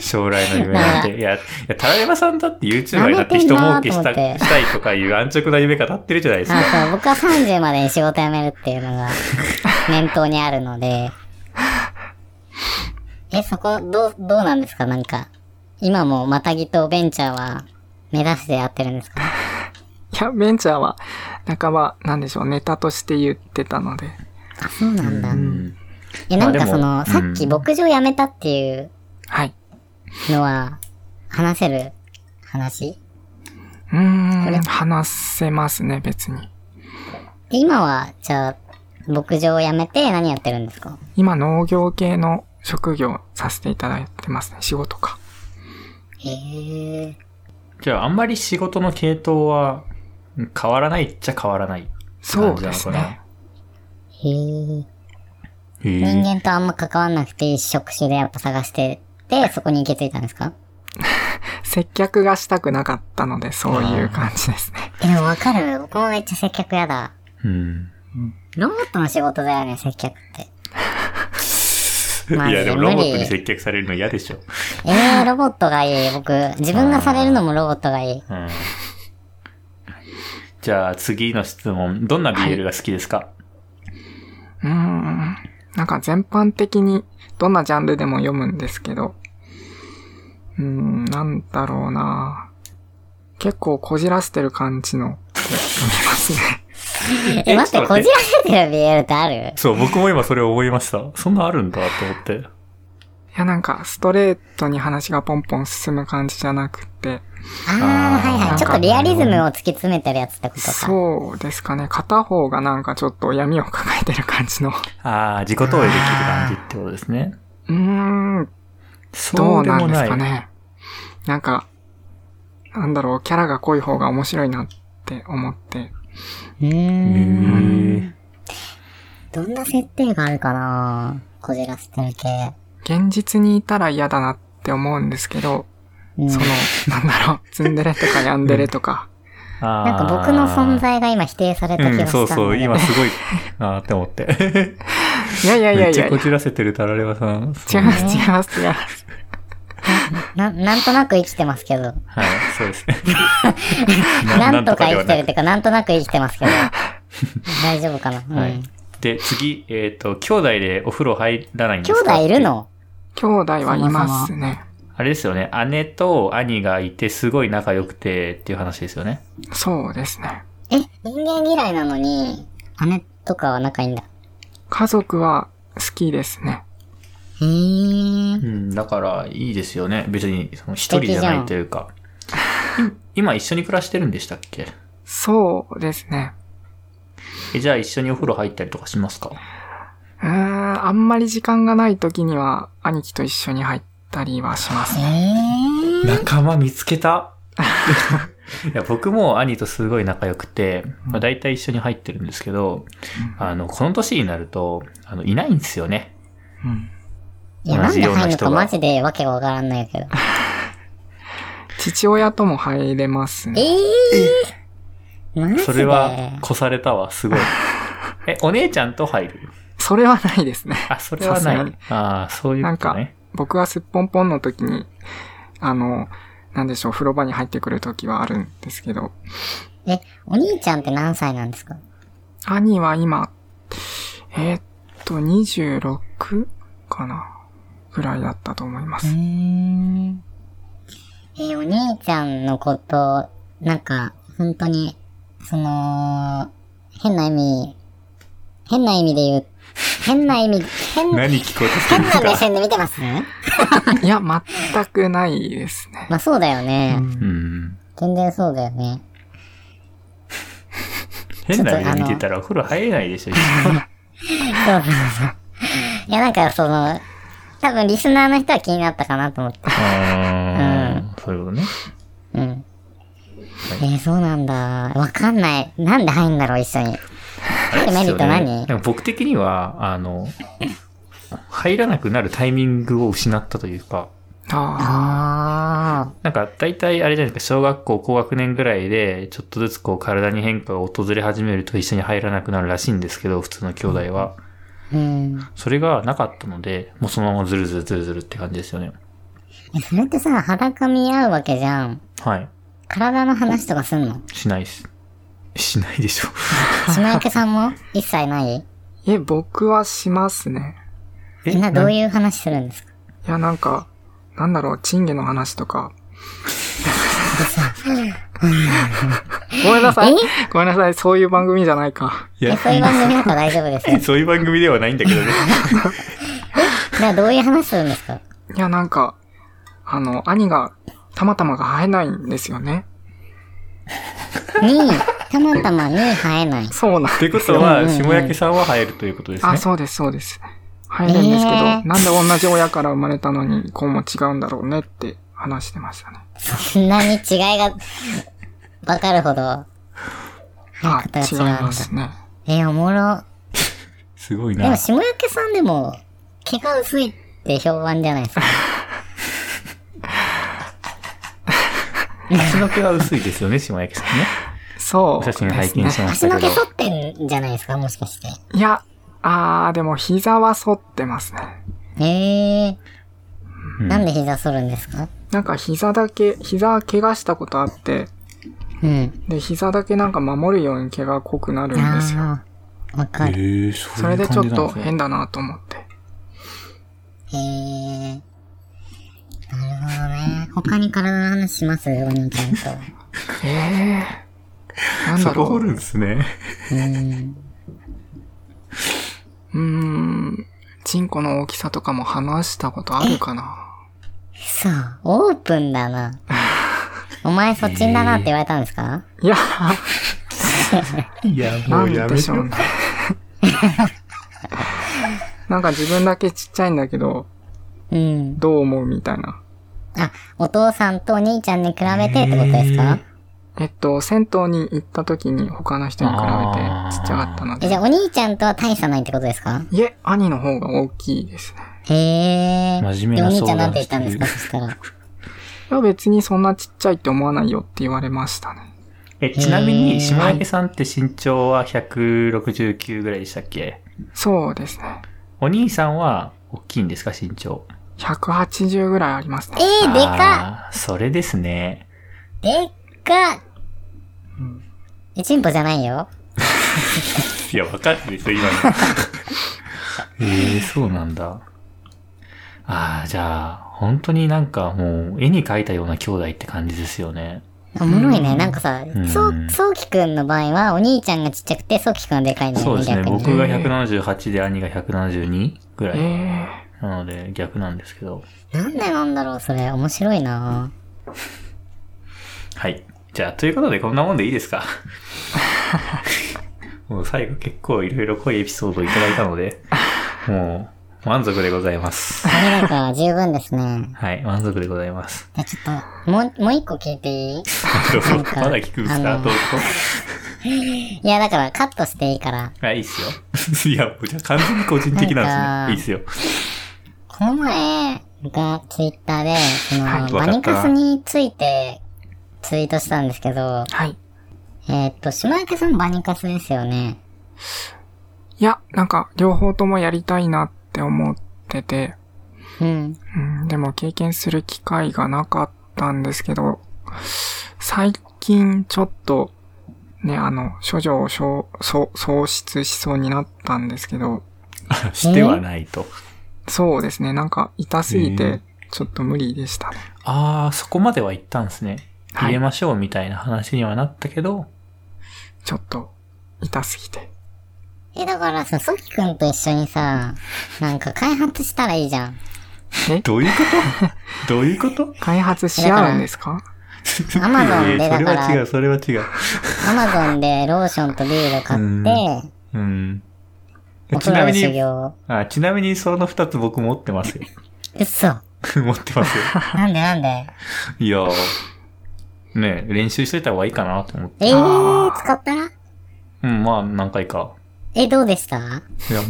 S1: 将来の夢なんて。いや、いや、タラレバさんだって YouTuber になって人儲けした
S2: 舐めてんなーと思って
S1: したいとかいう安直な夢が立ってるじゃないです
S2: あ
S1: か。
S2: そう、僕は30までに仕事辞めるっていうのが念頭にあるので。え、そこ、どう、どうなんですかなんか、今もまたぎとベンチャーは目指してやってるんですか
S4: いや、ベンチャーは、半ば、なんでしょう、ネタとして言ってたので。
S2: あ、そうなんだ。
S1: ん
S2: え、なんかそ
S1: ま
S2: の、
S1: あでも
S2: さっき
S1: うん
S2: 牧場辞めたっていう
S4: はい。
S2: のは、話せる話
S4: うー
S2: これ
S4: ん、話せますね、別に。
S2: で今は、じゃあ、牧場を辞めて何やってるんですか
S4: 今、農業系の職業させていただいてますね、仕事か。
S2: へえ。
S1: じゃあ、あんまり仕事の系統はうん変わらないっちゃ変わらない。
S4: そうです
S1: 感じなの
S4: ね。
S2: へえ。
S1: へえ
S2: 人間とあんま関わんなくていい職種でやっぱ探してて、そこに行き着いたんですか
S4: 接客がしたくなかったので、そういう感じですね。
S2: でもわかる。僕もめっちゃ接客やだ。
S1: うん。
S2: ロボットの仕事だよね、接客 って。
S1: い
S2: マジ
S1: や、でも
S2: 無
S1: ロ
S2: 理
S1: ボットに接客されるの嫌でしょ。
S2: ええロボットがいい。僕、自分がされるのもロボットがいい。
S1: うん。じゃあ、次の質問。どんな BL が好きですか、
S4: うーん。なんか全般的にどんなジャンルでも読むんですけど、うーん、なんだろうな結構こじらせてる感じの、読みますね。
S2: え、待って、こじらせてる BL ってある
S1: そう、僕も今それを思いました。そんなあるんだと思って。
S4: いや、なんか、ストレートに話がポンポン進む感じじゃなくて、
S2: あー、はい
S4: な
S2: は
S4: ん
S2: い。
S4: か
S2: ちょっとリアリズムを突き詰めてるやつってことか。
S4: そうですかね。片方がなんかちょっと闇を抱えてる感じの。
S1: ああ、自己投影できる感じってことですね。
S4: うーん、ど
S1: そううで
S4: な
S1: も
S4: んです
S1: ない。
S4: かね。なんか、なんだろう、キャラが濃い方が面白いなって思って。
S2: う
S1: へ
S2: ーん。
S1: ー
S2: どんな設定があるかなこじらせてる系。
S4: 現実にいたら嫌だなって思うんですけど、
S2: うん
S4: その、なんだろう、ツンデレとかヤンデレとか。
S1: あー
S2: なんか僕の存在が今否定された気
S1: う
S2: が
S1: ん、
S2: した
S1: そ
S2: ん
S1: う
S2: だ
S1: そう、
S2: よね
S1: 今すごいなーって思って。
S4: いやいやい
S1: め
S4: や
S1: っ
S4: い
S1: ち
S4: や
S1: ゃ
S4: いや
S1: こ。じらせてるタラレバさん。
S4: 違
S1: そ
S4: いうます、違います、違います。
S2: な、なんとなく生きてますけど。
S1: はい、そうですね。
S2: なんとか生きてるっ
S1: く
S2: ていうか、なんとなく生きてますけど。大丈夫かな、うん
S1: はい。で、次、えっ、と、兄弟でお風呂入らないん
S2: 兄
S1: ですか
S2: 弟いるの
S4: 兄弟はいますね。
S1: あれですよね。姉と兄がいて、すごい仲良くてっていう話ですよね。
S4: そうですね。
S2: え、人間嫌いなのに、姉とかは仲いいんだ。
S4: 家族は好きですね。
S2: へー。
S1: うん、だから、いいですよね。別に、その一人じゃないというか。い今一緒に暮らしてるんでしたっけ
S4: そうですね。
S1: えじゃあ一緒にお風呂入ったりとかしますか
S4: うーん、あんまり時間がない時には兄貴と一緒に入ったりはします
S2: え
S4: ね。
S2: ー。
S1: 仲間見つけた いや僕も兄とすごい仲良くて、まあ、大体一緒に入ってるんですけど、あの、この年になると、あの、いないんですよね。
S4: うん
S2: いや、
S1: 同
S2: なん
S1: じ
S2: で
S1: ような
S2: 入るの
S1: 人
S2: か
S1: が
S2: マジでわけがわからんないけど。
S4: 父親とも入れます
S2: え
S4: ね。
S2: ー。マジで
S1: それは、越されたわ、すごい。え、お姉ちゃんと入る
S4: それはないですね。
S1: あ、それはな
S4: さすがに
S1: い。ああ、そういうことね。
S4: 僕はすっぽんぽんの時に、あの、なんでしょう、風呂場に入ってくる時はあるんですけど、
S2: え、お兄ちゃんって何歳なんですか
S4: 兄は今、えーっと、26かなぐらいだったと思いま
S2: う
S4: す。
S2: ん。え、お兄ちゃんのこと、なんか、本当に、その、変な意味、変な意味で言う、変な意味、変、
S1: 何聞こえてきてるんで
S2: 変
S1: す
S2: な目
S1: か
S2: 線で見てます
S4: いや、全くないですね。
S2: まあそうだよね。
S1: うん。
S2: 全然そうだよね。
S1: 変な
S2: ちょ
S1: 目で
S2: っとあの
S1: 見てたらお風呂入れないでし ょ。
S2: いや、なんかその、多分リスナーの人は気になったかなと思って。
S1: あーそういうことね。
S2: うん。えーそうなんだ。わかんない。なんで入んだろう、一緒に。入るメリット何、
S1: でも僕的には、あの、入らなくなるタイミングを失ったというか、
S4: あ
S2: ああ。
S1: なんか大体あれじゃないですか、小学校高学年ぐらいで、ちょっとずつこう体に変化が訪れ始めると一緒に入らなくなるらしいんですけど、普通の兄弟は。
S2: うん。
S1: それがなかったので、もうそのままずるずるずるずるって感じですよね。
S2: えそれってさ、裸見合うわけじゃん。
S1: はい。
S2: 体の話とかすんの
S1: しないです。しないでしょ。
S2: 島明さんも一切ない
S4: あ。え、僕はしますね。
S2: みんなどういう話するんですか
S4: いや、なんか、なんだろう、賃金の話とか。ごめんなさい。ごめんなさい。そういう番組じゃないか。
S1: い
S2: え、
S1: や、
S2: そういう番組だから大丈夫です よ。
S1: そういう番組ではないんだけどね。
S2: だからどういう話するんですか
S4: いや、なんか、あの、兄が、たまたまが生えないんですよね。
S2: に、たまたまに生えない。
S4: そうなん
S1: ということ
S2: うん
S1: は、
S2: うんうん
S1: 下焼さんは入るということですね。
S4: あ、そうです、そうです。生えるんですけど、
S2: えー
S4: なんで同じ親から生まれたのに、こうも違うんだろうねって話してましたね。
S2: そんなに違いがわかるほど。
S4: あ、
S2: 方が違
S4: 違
S2: う
S4: い
S2: んだ
S4: ますね。
S2: え、おもろ。
S1: すごい
S2: でも、
S1: な。
S2: 下焼けさんでも、毛が薄いって評判じゃないですか。
S1: 足の毛は薄いですよね、下焼さんね。
S4: そ
S1: お
S4: うで
S1: 写
S4: す
S1: 真
S4: ね。
S1: 拝見しまし
S2: 足
S1: た
S2: の
S1: けど。
S2: 毛剃ってんじゃないですか、もしかして。
S4: いや、あー、でも膝は反ってますね。
S2: ええ
S1: うん
S2: なんで膝反るんですか
S4: なんか膝だけ、膝怪我したことあって、
S2: うん。
S4: で、膝だけなんか守るように毛が濃くなるんですよ。
S2: ああ、わかる。
S1: えー、そ
S4: それでちょっと
S1: な。
S4: 変だなと思って。
S2: ええなるほどね。他に体の話しますお兄ちゃんと。
S4: ええー。な ん
S1: そ
S4: だろ
S1: こ掘
S4: う。
S1: るん
S4: う
S1: ですね。
S2: うん。
S4: ーん。チンコの大きさとかも話したことあるかな。
S2: そう、オープンだな。お前そっちんだなって言われたんですか、
S4: いや、
S1: いや、も
S4: な
S1: うんや
S4: で
S1: め
S4: しょ
S1: よ
S4: う
S1: う
S4: ね。 なんか自分だけちっちゃいんだけど、
S2: うん。
S4: どう思うみたいな。
S2: あ、お父さんとお兄ちゃんに比べてってことですか
S4: えっと、銭湯に行った時に他の人に比べて
S1: あー
S4: ちっちゃかったの
S2: え、じゃ
S4: で。
S2: あお兄ちゃんとは大差ないってことですか
S4: いえ、兄の方が大きいですね。
S2: へえ。
S1: 真面目な
S2: でお兄ちゃんなんて言っ
S1: 相
S2: たん
S1: 談
S2: で
S1: して
S2: す
S1: る
S2: かそしたら。
S4: いや、別にそんなちっちゃいって思わないよって言われましたね。
S1: え、ちなみ
S2: えー
S1: に、下焼さんって身長は169ぐらいでしたっけ
S4: そうですね。
S1: お兄さんは、大きいんですか、身長。
S4: 180ぐらいありますね
S2: え。ー、でか
S1: あーそれですね。
S2: っでっかっえ、チンポじゃないよ。
S1: いや、わかるでしょ、今の。 ええそうなんだ。ああ、じゃあ、本当になんかもう、絵に描いたような兄弟って感じですよね。
S2: おもろいね。なんかさ
S1: う、ん
S2: そう、そうきくんの場合は、お兄ちゃんがちっちゃくて、そうきくんはでかいんだ
S1: そ
S2: よ
S1: う
S2: ね、
S1: ですね。
S2: 逆
S1: 僕
S2: に。
S1: が178で兄が172ぐら
S4: え
S1: い。
S4: え
S1: なので、逆なんですけど。
S2: なんでなんだろう、それ。面白いな
S1: はい。じゃあ、ということで、こんなもんでいいです かもう最後結構いろいろ濃いエピソードをいただいたので、もう満足でございます。
S2: それだから十分ですね。
S1: はい、満足でござい ます。
S2: じゃあちょっと、もう、もう一個聞いていいんか
S1: まだ聞くんです
S2: あ
S1: か
S2: の
S1: 投稿
S2: いや、だからカットしていいから。
S1: あ、いいっす よ。いや、もうじゃあ完全に個人的
S2: な
S1: なん
S2: んか
S1: ですね。いいっすよ。
S2: この前がツイッターで、その、
S4: はい
S1: わ
S2: バ
S1: か
S2: ニ
S1: った
S2: カスについてツイートしたんですけど、
S4: はい。
S2: えーっと、島焼さんバニカスですよね。
S4: いや、なんか、両方ともやりたいなって思ってて、
S2: うん。
S4: うん、でも経験する機会がなかったんですけど、最近ちょっと、ね、あの、処女を消そう喪失しそうになったんですけど、
S1: してはないと。
S4: そうですね、なんか痛すぎ
S1: へ
S4: て
S1: え、
S4: ちょっと無理でしたね。
S1: ああ、そこまでは行ったんですね。
S4: はい
S1: 入れましょうみたいな話にはなったけど、
S4: ちょっと、痛すぎて。
S2: え、だからさ、ソキくんと一緒にさ、なんか開発したらいいじゃん。
S4: え
S1: どういうこと どういうこと
S4: 開発し合うんですか
S2: Amazon で
S1: いやいや
S2: だか ら
S1: それは違う、それは違う。
S2: アマゾンでローションとビール買って、
S1: うん。
S2: お
S1: ち
S2: 風
S1: な
S2: 呂
S1: み
S2: で修
S1: に、
S2: 行。
S1: あちなみにその二つ僕持ってますよ。
S2: うっそ。
S1: 持ってますよ。
S2: なんでなんで
S1: いやーね練習しといた方がいいかなと思って。
S2: えー、使った
S1: うん、まあ何回か。
S2: え、どうでした
S1: いや、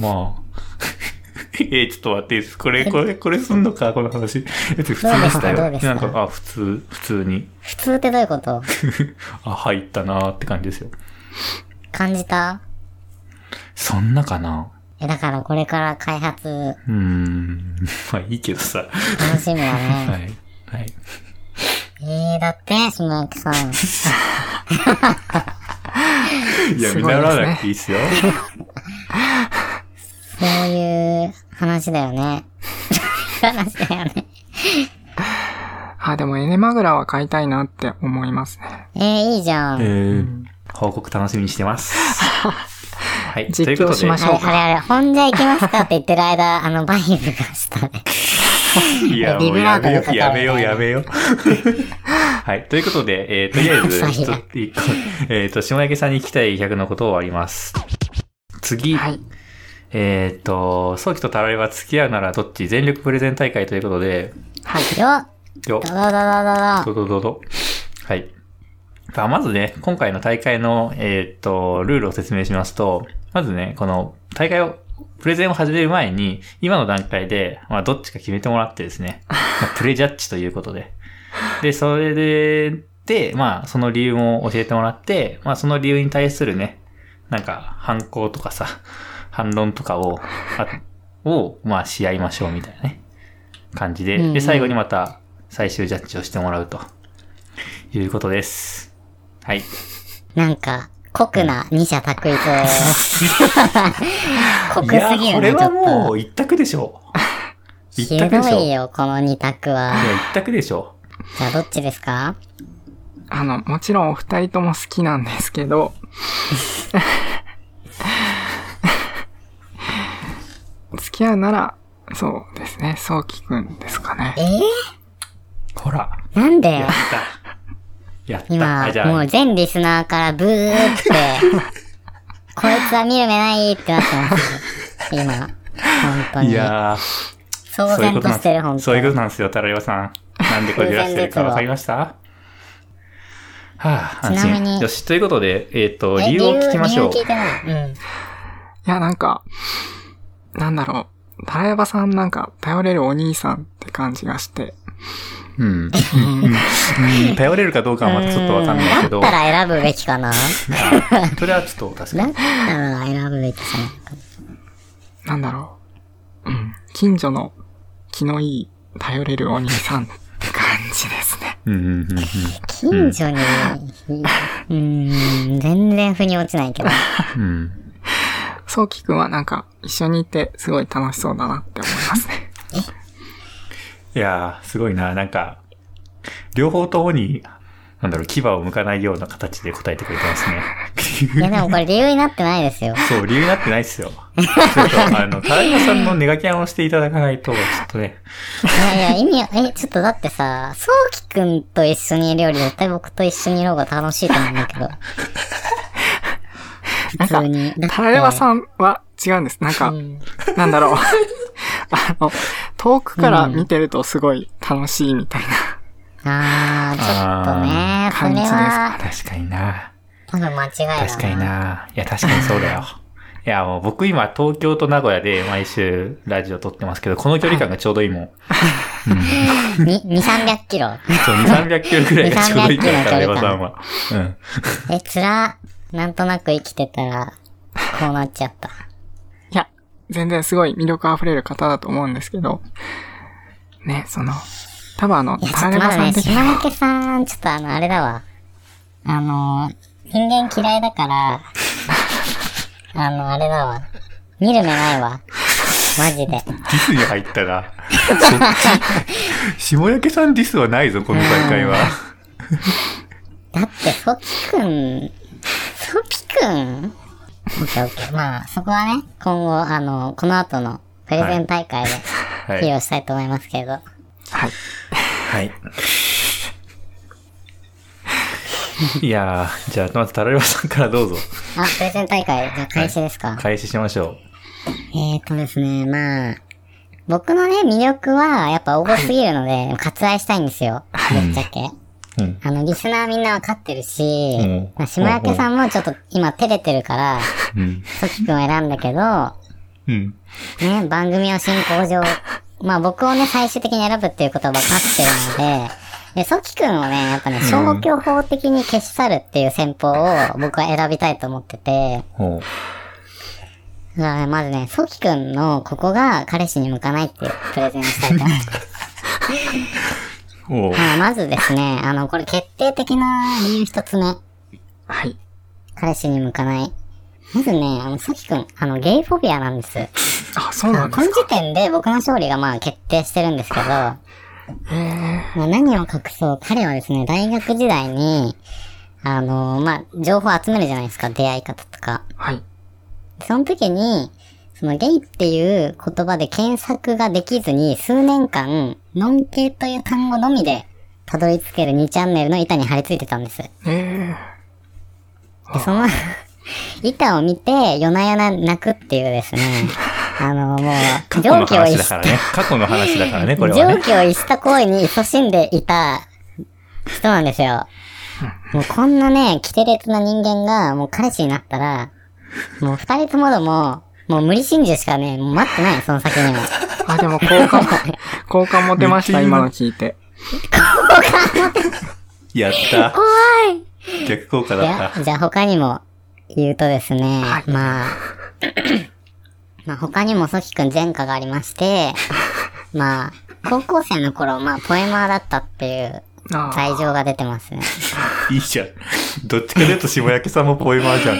S1: まあ。 えちょっと待っていいです、これ、これ、これすんのか、この話。えっと、普通でしたよ。
S2: どうでした
S1: なんか、あ、普通、普通に、
S2: 普通ってどういうこと
S1: あ、入ったなーって感じですよ。
S2: 感じた
S1: そんなかな
S2: え、だからこれから開発
S1: うーん。 まあいいけどさ。
S2: 楽しみだ
S1: はい
S2: ね。。
S1: はい。
S2: えー、だって、しもやきさん。
S1: いや、
S4: すごいですね
S1: 見習わなくていいっすよ。
S2: そういう話だよね。話だよね。
S4: あ、でもエネマグラは買いたいなって思いますね。
S2: えー、いいじゃん。あ
S1: え
S2: れ
S1: ー、報告楽しみにしてます。はい。
S4: 実況
S1: ということで
S4: しましょそうか
S2: あれあれ、本じゃ行きますかって言ってる間、あの、バイブがしたね。
S1: いや、
S2: ビ
S1: もう
S2: ブ
S1: や
S2: ラート
S1: めよ
S2: が
S1: う、やめよう、やめよう。はい。という ことで、えー、とりあえ ず、
S2: 最
S1: ちょ
S2: 悪
S1: っと一個、えっ、と、下焼さんに聞きたい100のことを終わります。次、
S4: はい。
S1: えっ、と、早期とたられは付き合うならどっち全力プレゼン大会ということで、
S4: はい。
S2: よっ
S1: よ
S2: ドドドドドド。
S1: どどどど。はい。まあまずね、今回の大会の、えーっと、ルールを説明しますと、まずね、この大会を、プレゼンを始める前に、今の段階で、まあ、どっちか決めてもらってですね、まあプレジャッジということで。で、それで、で、まあ、その理由も教えてもらって、まあ、その理由に対するね、なんか、反抗とかさ、反論とかを、あ を、まあ、し合いましょうみたいなね、感じで、
S2: うんう
S1: で、
S2: ん
S1: 最後にまた、最終ジャッジをしてもらうと、いうことです。はい。
S2: なんか、酷な二者択 一。酷
S1: いや
S2: すぎ
S1: こ
S2: る
S1: れ
S2: ね、ちょ
S1: は
S2: っと
S1: も。う一択でし ょう。一
S2: ひ
S1: 択でし
S2: ど
S1: ょう。
S2: い
S1: いや、
S2: よ、この二択は。
S1: 一択でしょう。
S2: じゃあ、どっちですか
S4: あの、もちろんお二人とも好きなんですけど、 付き合うなら、そうですね、そうきくんですかね。
S1: ほら。
S2: なんだ
S1: や
S2: よ
S1: っ。た。やった。
S2: 今
S1: あじ、ゃ
S2: も
S1: あ
S2: う、全リスナーからブーって、 こいつは見る目ないってなってますよ。今。本当
S1: い
S2: に。
S1: やー、
S2: 騒
S1: そういうこ
S2: 然
S1: と
S2: と
S1: なん
S2: してる、
S1: で
S2: 本
S1: す。そう
S2: 当
S1: いうこと
S2: に。
S1: なんですよ、タラリバさん。なんでこれずらしてるかわかりましたはあ、安
S2: ちなみに
S1: 心。よし、ということで、えっ、と、
S2: え
S1: 理由を聞きましょう
S2: 理由。聞いてない。うん。
S4: いや、なんか、なんだろう、タラヤバさんなんか頼れるお兄さんって感じがして、
S1: うん。うん頼れるかどうかはまたちょっとわかんないけ
S2: だ
S1: ど、
S2: ったら選ぶべきかな。
S1: それはちょっと確か
S2: だ
S1: に。
S2: ったら選ぶべきじゃない
S4: なんだろう、うん、近所の気のいい頼れるお兄さんって感じですね。
S1: うんうんうんうん。
S2: 近所に、うーん、全然腑に落ちない けど。
S1: うん。
S4: そうきくんはなんか一緒にいてすごい楽しそうだなって思いますね。
S1: いやー、すごいな。なんか、両方ともに、なんだろう、牙を向かないような形で答えてくれてますね。
S2: い やでもこれ理由になってないですよ。
S1: そう、理由になってないっすよ。ちょっと、あの、タラリバさんのネガキャンをしていただかないと、ちょっとね、
S2: いやいや、意味、え、ちょっとだってさ、そうきくんと一緒にいるより絶対僕と一緒にいる方が楽しいと思うんだけど。 普通に。だって
S4: タラヤバさんは違うんです。なんか
S2: う、ん
S4: なんだ ろう。あの、遠くから見てるとすごい楽しいみたい
S2: あー、ちょっとね、それは、
S1: 確かにな。
S2: 多分間違いだな。
S1: 確かにな。いや、確かにそうだよ。いや、もう僕今、東京と名古屋で毎週ラジオ撮ってますけど、この距離感がちょうどいいもん。
S2: に、2、300キロ。
S1: そう、2、300キロくらいがちょうどいいから、
S2: 200
S1: タラリバさんは。うん。
S2: え、つら、なんとなく生きてたら、こうなっちゃった。
S4: いや、全然すごい魅力あふれる方だと思うんですけど、ね、その、多分あの、
S2: いや、ちょ
S4: タ
S2: っ
S4: ラ
S2: と
S4: ヤ
S2: まだ
S4: バさ
S2: ね、
S4: ん的
S2: 島
S4: に、
S2: 抜けさん、ちょっとあの、あれだわ。あのー、人間嫌いだから、あの、あれだわ。見る目ないわ。マジで。
S1: ディスに入ったら、そっち、下焼けさんディスはないぞ、この大会は。
S2: だって、ソキくん、ソキくんオッケーオッケー。まあ、そこはね、今後、あの、この後のプレゼン大会で
S1: は
S2: 披
S1: い。
S2: 露したいと思いますけれど。
S4: はい。
S1: はい。いやー、じゃあ、まず、タラレバさんからどうぞ、
S2: あ、プレゼン大会、じゃあ開始ですか、
S1: 開始しましょ
S2: えーとですね、まあ、僕のね、魅力は、やっぱ多すぎるので、割愛したいんですよ。ぶっちゃけ。
S1: う。うん。
S2: あの、リスナーみんなわかってるし
S1: うん、
S2: まあ、島焼けさんもちょっと今照れてるから、
S1: うん。
S2: ソキ君を選んだけど、
S1: うん。
S2: ね、番組の進行上、まあ僕をね、最終的に選ぶっていうことは分かってるので、で、ソキ君をね、やっぱね、消去法的に消し去るっていう戦法を僕は選びたいと思ってて、
S1: ほう。
S2: だからねまずね、ソキ君のここが彼氏に向かないっていうプレゼンをした いと思います。
S1: ほう。
S2: はい、まずですね、あの、これ決定的な理由一つ目。
S4: はい。
S2: 彼氏に向かない。まずね、あの、さきくん、あの、ゲイフォビアなんです。
S4: あ、そうなんで
S2: こ
S4: す
S2: の
S4: か。
S2: 時点で僕の勝利がまあ決定してるんですけど、ま
S4: へえ
S2: あ何を隠そう、彼はですね、大学時代に、あの、まあ、情報集めるじゃないですか、出会い方とか。
S4: はい。
S2: その時に、そのゲイっていう言葉で検索ができずに、数年間、ノン系という単語のみで、たどり着ける2チャンネルの板に張り付いてたんです。
S4: ええ
S2: でその板を見て夜な夜な泣くっていうですね、あの、もう、
S1: 過去の
S2: 常軌を
S1: 話
S2: 逸
S1: だ
S2: し
S1: からね。過去の話だからね、これは
S2: 常
S1: ね。
S2: 軌を逸した行為に勤しんでいた人なんですよ。もうこんなね、キテレツな人間が、もう彼氏になったら、もう二人ともども、もう無理心中しかね、もう待ってない、その先 には。
S4: あ、でも好 感も、好感も出ました、今の聞いて。
S1: やった。怖い。逆効果
S2: い
S1: だ
S2: や
S1: った。、
S2: じゃあ他にも言うとですね、まあ、まあ他にもソキくん前科がありま して、まあ、高校生の頃、まあ、ポエマーだったっていう
S4: ああ、
S2: 罪状が出てますね。
S1: いいじゃん。どっちかというと、下焼さんもポエマ ーじゃ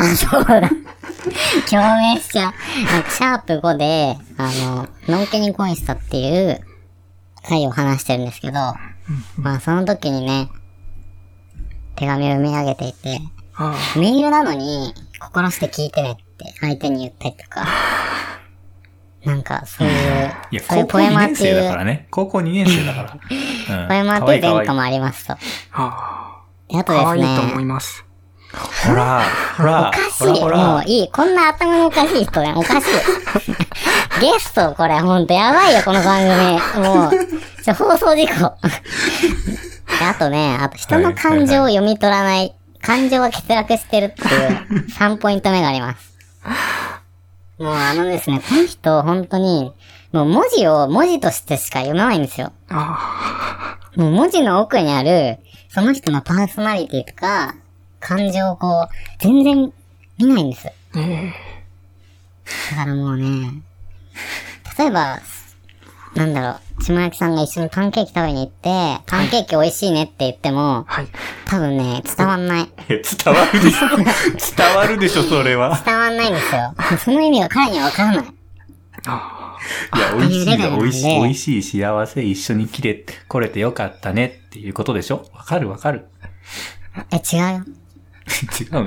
S1: ん。
S2: あ、そうだ。共鳴しちゃう。なんかシャープ5で、あの、のんけに恋したっていう回を話してるんですけど、まあその時にね、手紙を読み上げていて、
S4: あ
S2: メールなのに、心して聞いてねって相手に言ったりとか、なんかそういう
S1: いや、、
S2: そういう
S1: 高校
S2: ポエ
S1: 2
S2: マー
S1: 年
S2: って
S1: 生だ
S2: い
S1: か
S2: う、
S1: らね。高校2年生だ から。うん
S2: ポエマーっ
S1: 可
S2: て
S1: 愛
S2: いう
S1: い可愛
S2: 前
S1: い
S2: 科もありますと。
S4: あ、あ
S2: であ
S4: あ、
S2: と
S4: 可
S2: です
S4: 愛いと思
S2: ね、
S4: います。
S1: ほら、ほら、
S2: おかし
S1: ほら、
S2: い。
S1: ほ
S2: もう
S1: ら。
S2: いい。こんな頭のおかしい人ね、お かしい。ゲスト、これ、ほんと、やばいよ、この番組。もう、ちょ放送事故。であとね、あと、人の感情を読み取らない、感情が欠落してるっていう、3ポイント目があります。もう、あのですね、この人、本当に、もう文字を文字としてしか読まないんですよ。
S4: あ
S2: もう文字の奥にある、その人のパーソナリティとか、感情をこう、全然見ないんです。
S4: あ、え
S2: だからもうね、例えば、なんだろう、島焼さんが一緒にパンケーキ食べに行って、パンケーキ美味しいねって言っても
S4: え、はい。
S2: 多分ね、伝わんない。
S1: 伝わるでし ょ。伝わるでしょ、それは。
S2: 伝わんないんですよ。 その意味が彼にはわからない。
S1: いや、美味しいよ。美味しい、
S2: ね
S1: 美味しい、幸せ、一緒に来れ、来れてよかったねっていうことでしょ。わかるわかる。
S2: え、違うよ。
S1: 違 うの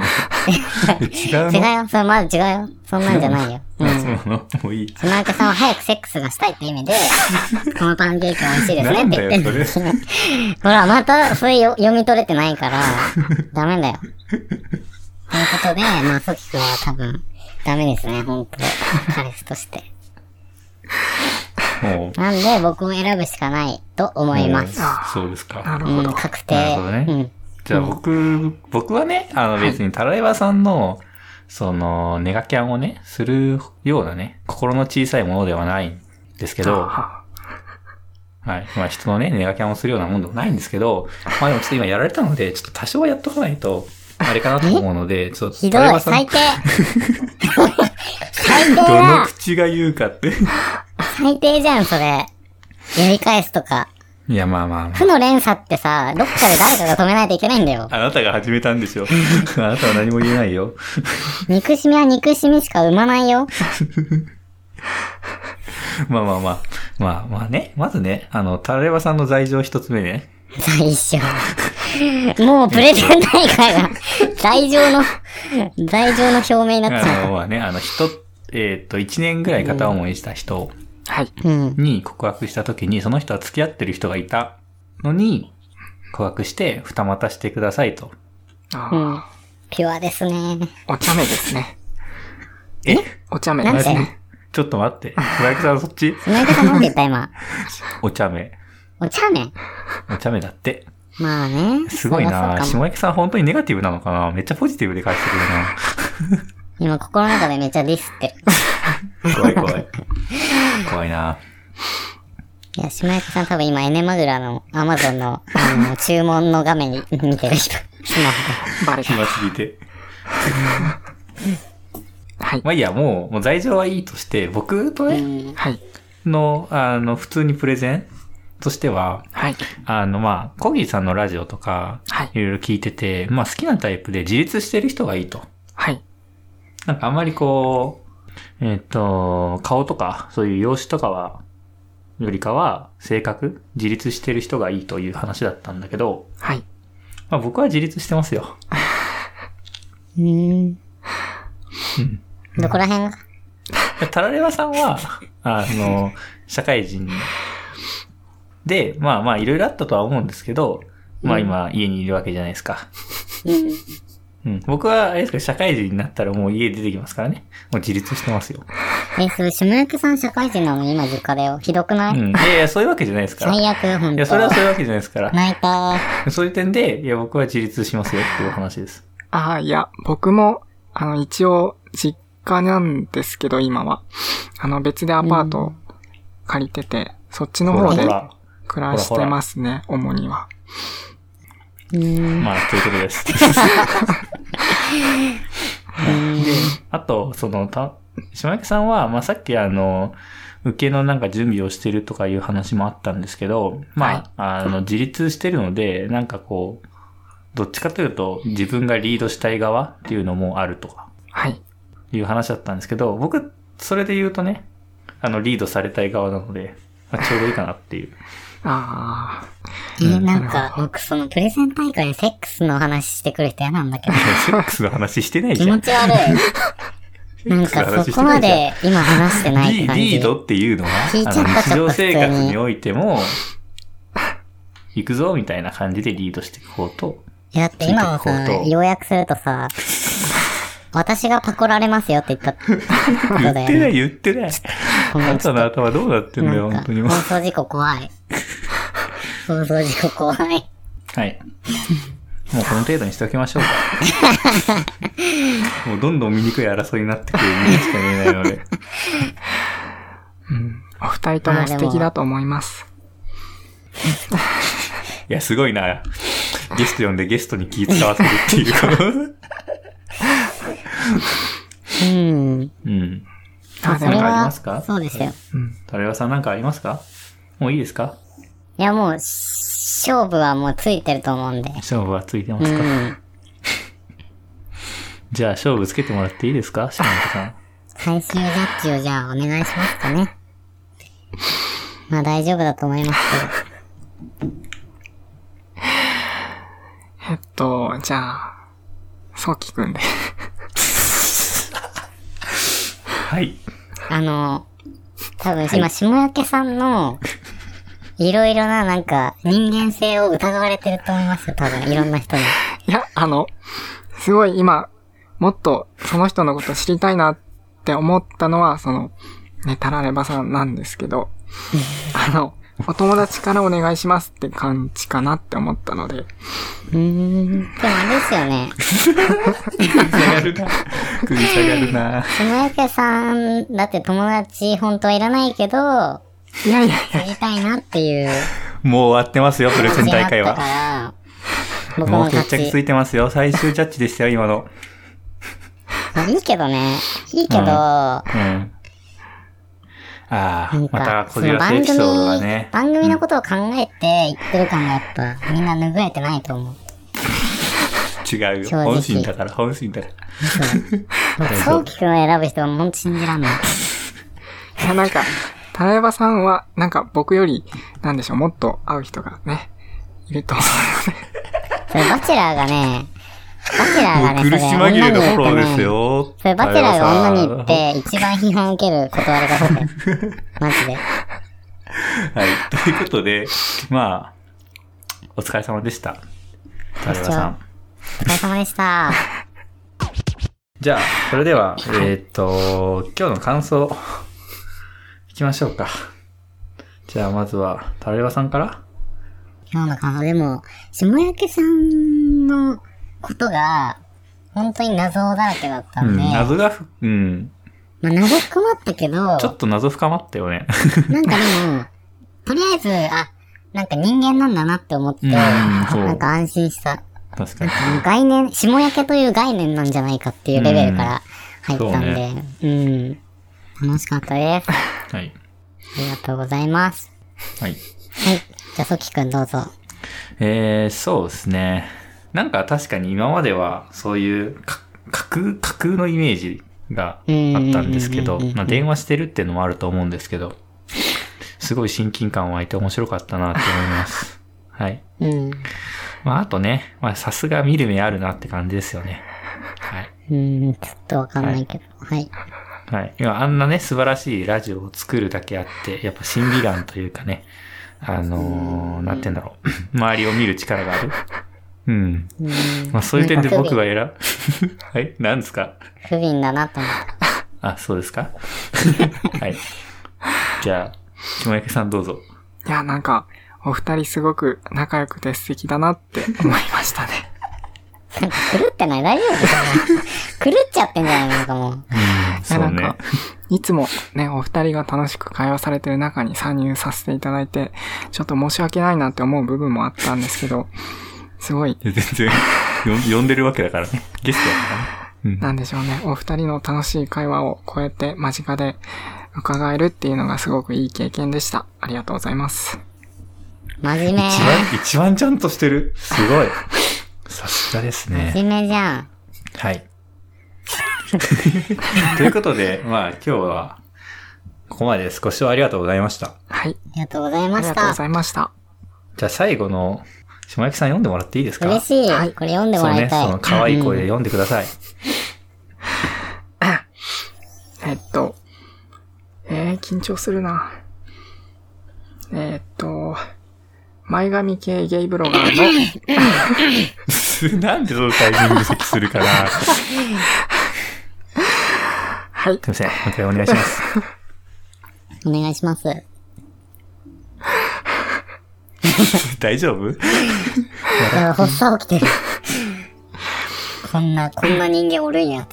S1: え違うの
S2: 違うよ。それまだ違うよ。そんなんじゃ ないよ。うん。
S1: そうなの もういい。
S2: 島焼さんは早くセックスがしたいって 意味で、このパンケーキ美味しいですねって言ってる
S1: なんだよそれ。
S2: ほら、また、それよ読み取れてないから、ダメだよ。ということで、まあ、ソキ君は多分、ダメですね、本当彼氏として。
S1: も
S2: なんで、僕を選ぶしかないと 思
S1: う。
S2: います。
S1: もうそうです
S4: な
S1: か。
S4: る
S2: う
S4: ほ
S2: ん、
S4: ど。
S2: 確
S1: なる
S2: 定。
S1: ほどね
S2: うん。
S1: じゃあ僕、僕はね、あの別にタラエバさんの、その、ネガキャンをね、するようなね、心の小さいものではないんですけど、
S4: あ
S1: はい。まあ人のね、ネガキャンをするようなもんでもないんですけど、まあでもちょっと今やられたので、ちょっと多少はやっとかないと、あれかなと思うので、ちょっと
S2: ひど
S1: タラエバ
S2: い、
S1: さん
S2: 最低。最低
S1: どの
S2: だ。
S1: 口が言うか って。
S2: 最低じゃん、それ。やり返すとか。
S1: いや、まあまあまあ
S2: 負。の連鎖ってさ、どっかで誰かが止めないといけないんだよ。
S1: あなたが始めたんで しょ。あなたは何も言えないよ。
S2: 憎しみは憎しみしか生まないよ。
S1: まあまあまあ。まあまあね。まずね、あの、タラレバさんの罪状一つ目ね。
S2: 最初。もうプレゼン大会が、罪状の、罪状の表明になってし
S1: あ
S2: ま
S1: の、
S2: っ
S1: まあね、あの、人、えっ、と、一年ぐらい片思いした人
S4: はい。
S2: た。うん。
S1: に告白した時に、その人は付き合ってる人がいたのに、告白して、二股してくださいと。
S4: あ
S2: う
S4: あ、
S2: ん。ピュアですね。
S4: お茶目ですね。
S1: え
S4: お茶目
S2: なん
S4: で
S2: です
S4: ね。
S1: ちょっと待って。村木さんそっち
S2: その言い方なんて言った今。
S1: お茶目。
S2: お茶目。
S1: お茶目だって。
S2: まあね。
S1: すごい
S2: そり
S1: な
S2: ゃそうかも
S1: 下焼さん本当にネガティブなのかなめっちゃポジティブで返してくるな。
S2: 今心の中でめっちゃディスってる。
S1: 怖い怖 い。怖いない
S2: や、島焼さん多分今エネマグラのアマゾンの、あの、注文の画面に見てる人。スマホで
S4: バレた。
S1: 暇すぎて。
S4: はい。
S1: まあいいや、もう、もう罪状はいいとして、僕とね、
S4: はい。
S1: の、あの、普通にプレゼンとしては、
S4: はい。
S1: あの、まあ、コギーさんのラジオとか
S4: はい、
S1: いろいろ聞いてて、まあ好きなタイプで自立してる人がいいと。
S4: はい。
S1: なんかあんまりこう、えっ、と、顔とか、そういう容姿とかは、よりかは、性格、自立してる人がいいという話だったんだけど、
S4: はい。
S1: まあ僕は自立してますよ。
S2: うん。どこら辺が
S1: タラレバさんは、あの、社会人で、まあまあいろいろあったとは思うんですけど、まあ今家にいるわけじゃないですか。うん、僕は、あれですけど、社会人になったらもう家出てきますからね。もう自立してますよ。
S2: え、それ、下焼さん社会人なのに今実家だよ。ひどくない、
S1: うん。いやいや、そういうわけじゃないですから。い
S2: 最悪、ほんと。
S1: や、それはそういうわけじゃないですから。
S2: 泣いたー。
S1: そういう点で、いや、僕は自立しますよっていうお話です。
S4: ああ、いや、僕も、あの、一応、実家なんですけど、今は。あの、別でアパートを借りてて、そっちの方
S1: ほ
S4: で
S1: ら、
S4: 暮らしてますね、主には。
S2: うーん。
S1: まあ、ということ です。で、あと、その、た、島焼さんは、まあ、さっきあの、受けのなんか準備をしてるとかいう話もあったんですけど、まあ、あの、自立してるので、なんかこう、どっちかというと、自分がリードしたい側っていうのもあるとか、
S4: はい。
S1: いう話だったんですけど、僕、それで言うとね、あの、リードされたい側なので、まあ、ちょうどいいかなっていう。
S4: ああ、
S2: えーなん
S4: なる
S2: か、僕そのプレゼン大会でセックスの話してくる人嫌なんだけど、
S1: セックスの話してない
S2: 気
S1: じゃ
S2: 持
S1: ん。
S2: ち悪 い。なんかそこまで今話してないっ
S1: リ
S2: て
S1: ー
S2: 感じ。
S1: リードっていうのは、
S2: 聞いちゃ
S1: あ
S2: った
S1: の日常生活
S2: ちょっと普通に
S1: においても、行くぞみたいな感じでリードしていこうと。
S2: いやだって今も
S1: 聞いてこ
S2: さ、
S1: うと
S2: 要約するとさ、私がパコられますよって言ったこと
S1: 言っ
S2: だよ
S1: てない
S2: ね。
S1: 言って ない。
S2: ごめ
S1: あ
S2: ん
S1: ん
S2: ちょ
S1: た
S2: っ
S1: の頭どうなって
S2: と
S1: んだよ、
S2: な
S1: 本
S2: ん
S1: 当
S2: か
S1: にもう。
S2: 放送事故怖い。放送事故怖い。
S1: はい。もうこの程度にしておきましょう か。もうどんどん醜い争いになってくる人しか言えないので。
S4: お二人とも素敵だと思います。
S1: いや、すごいな。ゲスト呼んでゲストに気使わせるっていう。
S2: うん。
S1: うん。
S4: あ、
S2: そ
S4: で
S2: れ
S1: なん
S4: も、
S1: かあり
S2: は、
S1: ますか
S2: そうですよ。
S1: タレワさんなんかありますかもういいですか
S2: いやもう、勝負はもうついてると思うんで。
S1: 勝負はついてま
S2: う
S1: すか、
S2: ん。
S1: じゃあ勝負つけてもらっていいですか島本さん。
S2: 最終ジャッジをじゃあお願いしますかね。 まあ大丈夫だと思います
S4: えっと、じゃあ、そうきくん で。
S1: はい。
S2: けど。あの、多分今、下焼さんの、いろいろななんか人間性を疑われてると思いますよ、多分いろんな人に。
S4: いや、あの、すごい今、もっとその人のこと知りたいなって思ったのは、その、ね、タラレバさんなんですけど、あの、お友達からお願いしますって感じかなって思ったので、
S2: うーん。でもあれですよね、
S1: 下がるな。首下がるな。
S2: 下焼さん、だって友達本当はいらないけど、
S4: いやいやいや、
S2: やりたいなって いう
S1: もう終わってますよ、プレゼン
S2: 感じが
S1: 大
S2: あっ
S1: 会
S2: た
S1: は。
S2: から、僕
S1: も
S2: の
S1: う決
S2: 勝
S1: 着
S2: ち
S1: つ。いてますよ。最終ジャッジでしたよ、今の。
S2: まあいいけどね、いいけど、
S1: うんうん。ああ
S2: なん
S1: ー、
S2: か
S1: また、こ
S2: そ
S1: じ
S2: の
S1: らせエ
S2: 番
S1: ピ
S2: 組、
S1: ソードがね。
S2: 番組のことを考えて言ってる感がやっぱ、みんな拭えてないと思う。
S1: 違うよ
S2: 正。直
S1: 本心だから、本心だから。
S2: そうきくんを選ぶ人はほんと信じらんない。
S4: いやなんか、タラレバさんは、なんか僕より、なんでしょう、もっと会う人がね、いると思うので、
S2: それバチェラーがね、バチェラーが
S1: も
S2: ね、
S1: う
S2: そ
S1: 苦
S2: れ
S1: し紛れ
S2: 女
S1: の
S2: に
S1: フォロー
S2: 言うとね
S1: です。よ。
S2: それバチェラーが女に言っ
S1: は
S2: て一番批判を受ける断り方だよ。 マジで。
S1: い。ということで、まあ、お疲れ様でした。タレバさん。
S2: お疲れ様でした。
S1: じゃあ、それでは、えーっと、今日の感想、いきましょうか。じゃあ、まずは、タレバさんから
S2: 今日の感想でも、下焼さんのことが、本当に謎だらけだった
S1: うんん、
S2: で、
S1: 謎がふ、うん、
S2: まあ謎深まったけど、
S1: ちょっと謎深まったよね。
S2: なんかでも、とりあえず、あ、なんか人間なんだなって思って、
S1: うんそう
S2: なんか安心した。
S1: 確かに。
S2: 概念、下焼けという概念なんじゃないかっていうレベルから入ったんで、うん。楽しかったです。あ
S1: はい。
S2: りがとうございます。
S1: はい。
S2: はい。じゃあ、ソキくんどうぞ。
S1: えー、そうですね。なんか確かに今までは、そういうか、架空、架空のイメージがあったんですけど
S2: うんうんうんうんう、ん
S1: まあ、電話してるっていうのもあると思うんですけど、すごい親近感湧いて面白かったなって思い ます。はい。
S2: うん。
S1: まあ、あとね、まあ、さすが見る目あるなって感じですよね。はい。
S2: うん、ちょっとわかんないけど。はい。
S1: はい。いやあんなね、素晴らしいラジオを作るだけあって、やっぱ審美眼というかね、あのー、なんて言うんだろう。 周りを見る力がある。うん。
S2: うん。
S1: まあそういう点で
S2: なんか
S1: 僕が選ぶ。はい。なんですか
S2: 不憫不憫だなと思っ
S1: あ、そうですかはい。じゃあ、下焼さんどうぞ。
S4: いや、なんか、お二人すごく仲良くて素敵だなって思いましたね。
S2: 狂ってない大丈夫狂っちゃってんじゃないのなんかもう。
S4: いや
S1: そ
S4: な
S1: うんね
S4: か。、いつもね、お二人が楽しく会話されてる中に参入させていただいて、ちょっと申し訳ないなって思う部分もあったんですけど、すごい、
S1: 全然、よ呼んでるわけだからね。ゲストだからね。うん。
S4: なんでしょうね、お二人の楽しい会話を超えて間近で伺えるっていうのがすごくいい経験でした。ありがとうございます。
S2: 真面目。
S1: 一番、一番ちゃんとしてる。すごい。さすがですね。
S2: 真面目じゃん。
S1: はい。ということで、まあ今日は、ここまでご視聴ありがとうございました。
S4: はい、
S2: ありがとうござい
S4: あ
S2: ま
S4: り
S2: し
S4: がとうご
S2: た。
S4: ざいました。
S1: じゃあ最後の、下焼さん読んでもらっていいですか
S2: 嬉しい。
S4: はい
S2: これ読んで
S1: そ
S2: も
S1: う
S2: ら
S1: ね、
S2: いたい。
S1: その可愛い声で読んでください。
S4: えっと、えー、緊張するな。えーっと、前髪系ゲイブロガ ーの
S1: なんでそのタイミング咳するかな。す
S4: はい
S1: い、ません。もう一回お願いします。
S2: お願いします。
S1: 大丈夫
S2: やばい発作起きてる。こんな、こんな人間おるんや。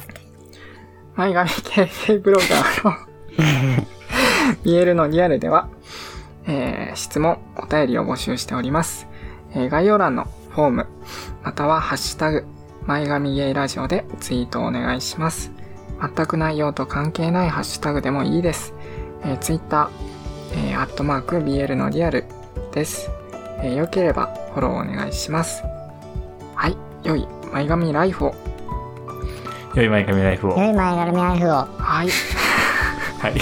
S4: 前髪系系ブロガーの BL のリアルでは、えー質問、お便りを募集しております。えー概要欄のフォーム、またはハッシュタグ、前髪ゲイラジオでツイートをお願いします。全く内容と関係ないハッシュタグでもいいです。えー、Twitter、えー、アットマーク BL のリアルです。えー、よければフォローお願いします。はい、良い前髪ライフを。
S1: 良い前髪ライフを。は
S2: 良い前髪ライフを。
S4: はい。
S1: い。あり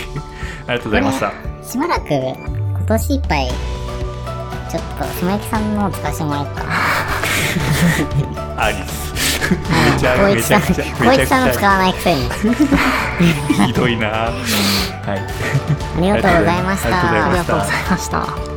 S1: がとうございました。
S2: しばらく、今年いっぱい、ちょっと、下焼さんのを使わせてもらおうか。
S1: アリス。めちゃ
S2: 光
S1: め
S2: 一
S1: ち
S2: さ
S1: ゃ
S2: ん、
S1: くちゃ、
S2: 光
S1: め
S2: 一
S1: ち
S2: さん
S1: ゃ
S2: の
S1: く
S2: 使
S1: ちゃ
S2: わないくせに。
S1: ひどいなはい。
S2: ありがとうございました。
S1: ありがとうございました
S4: ありがとうございました。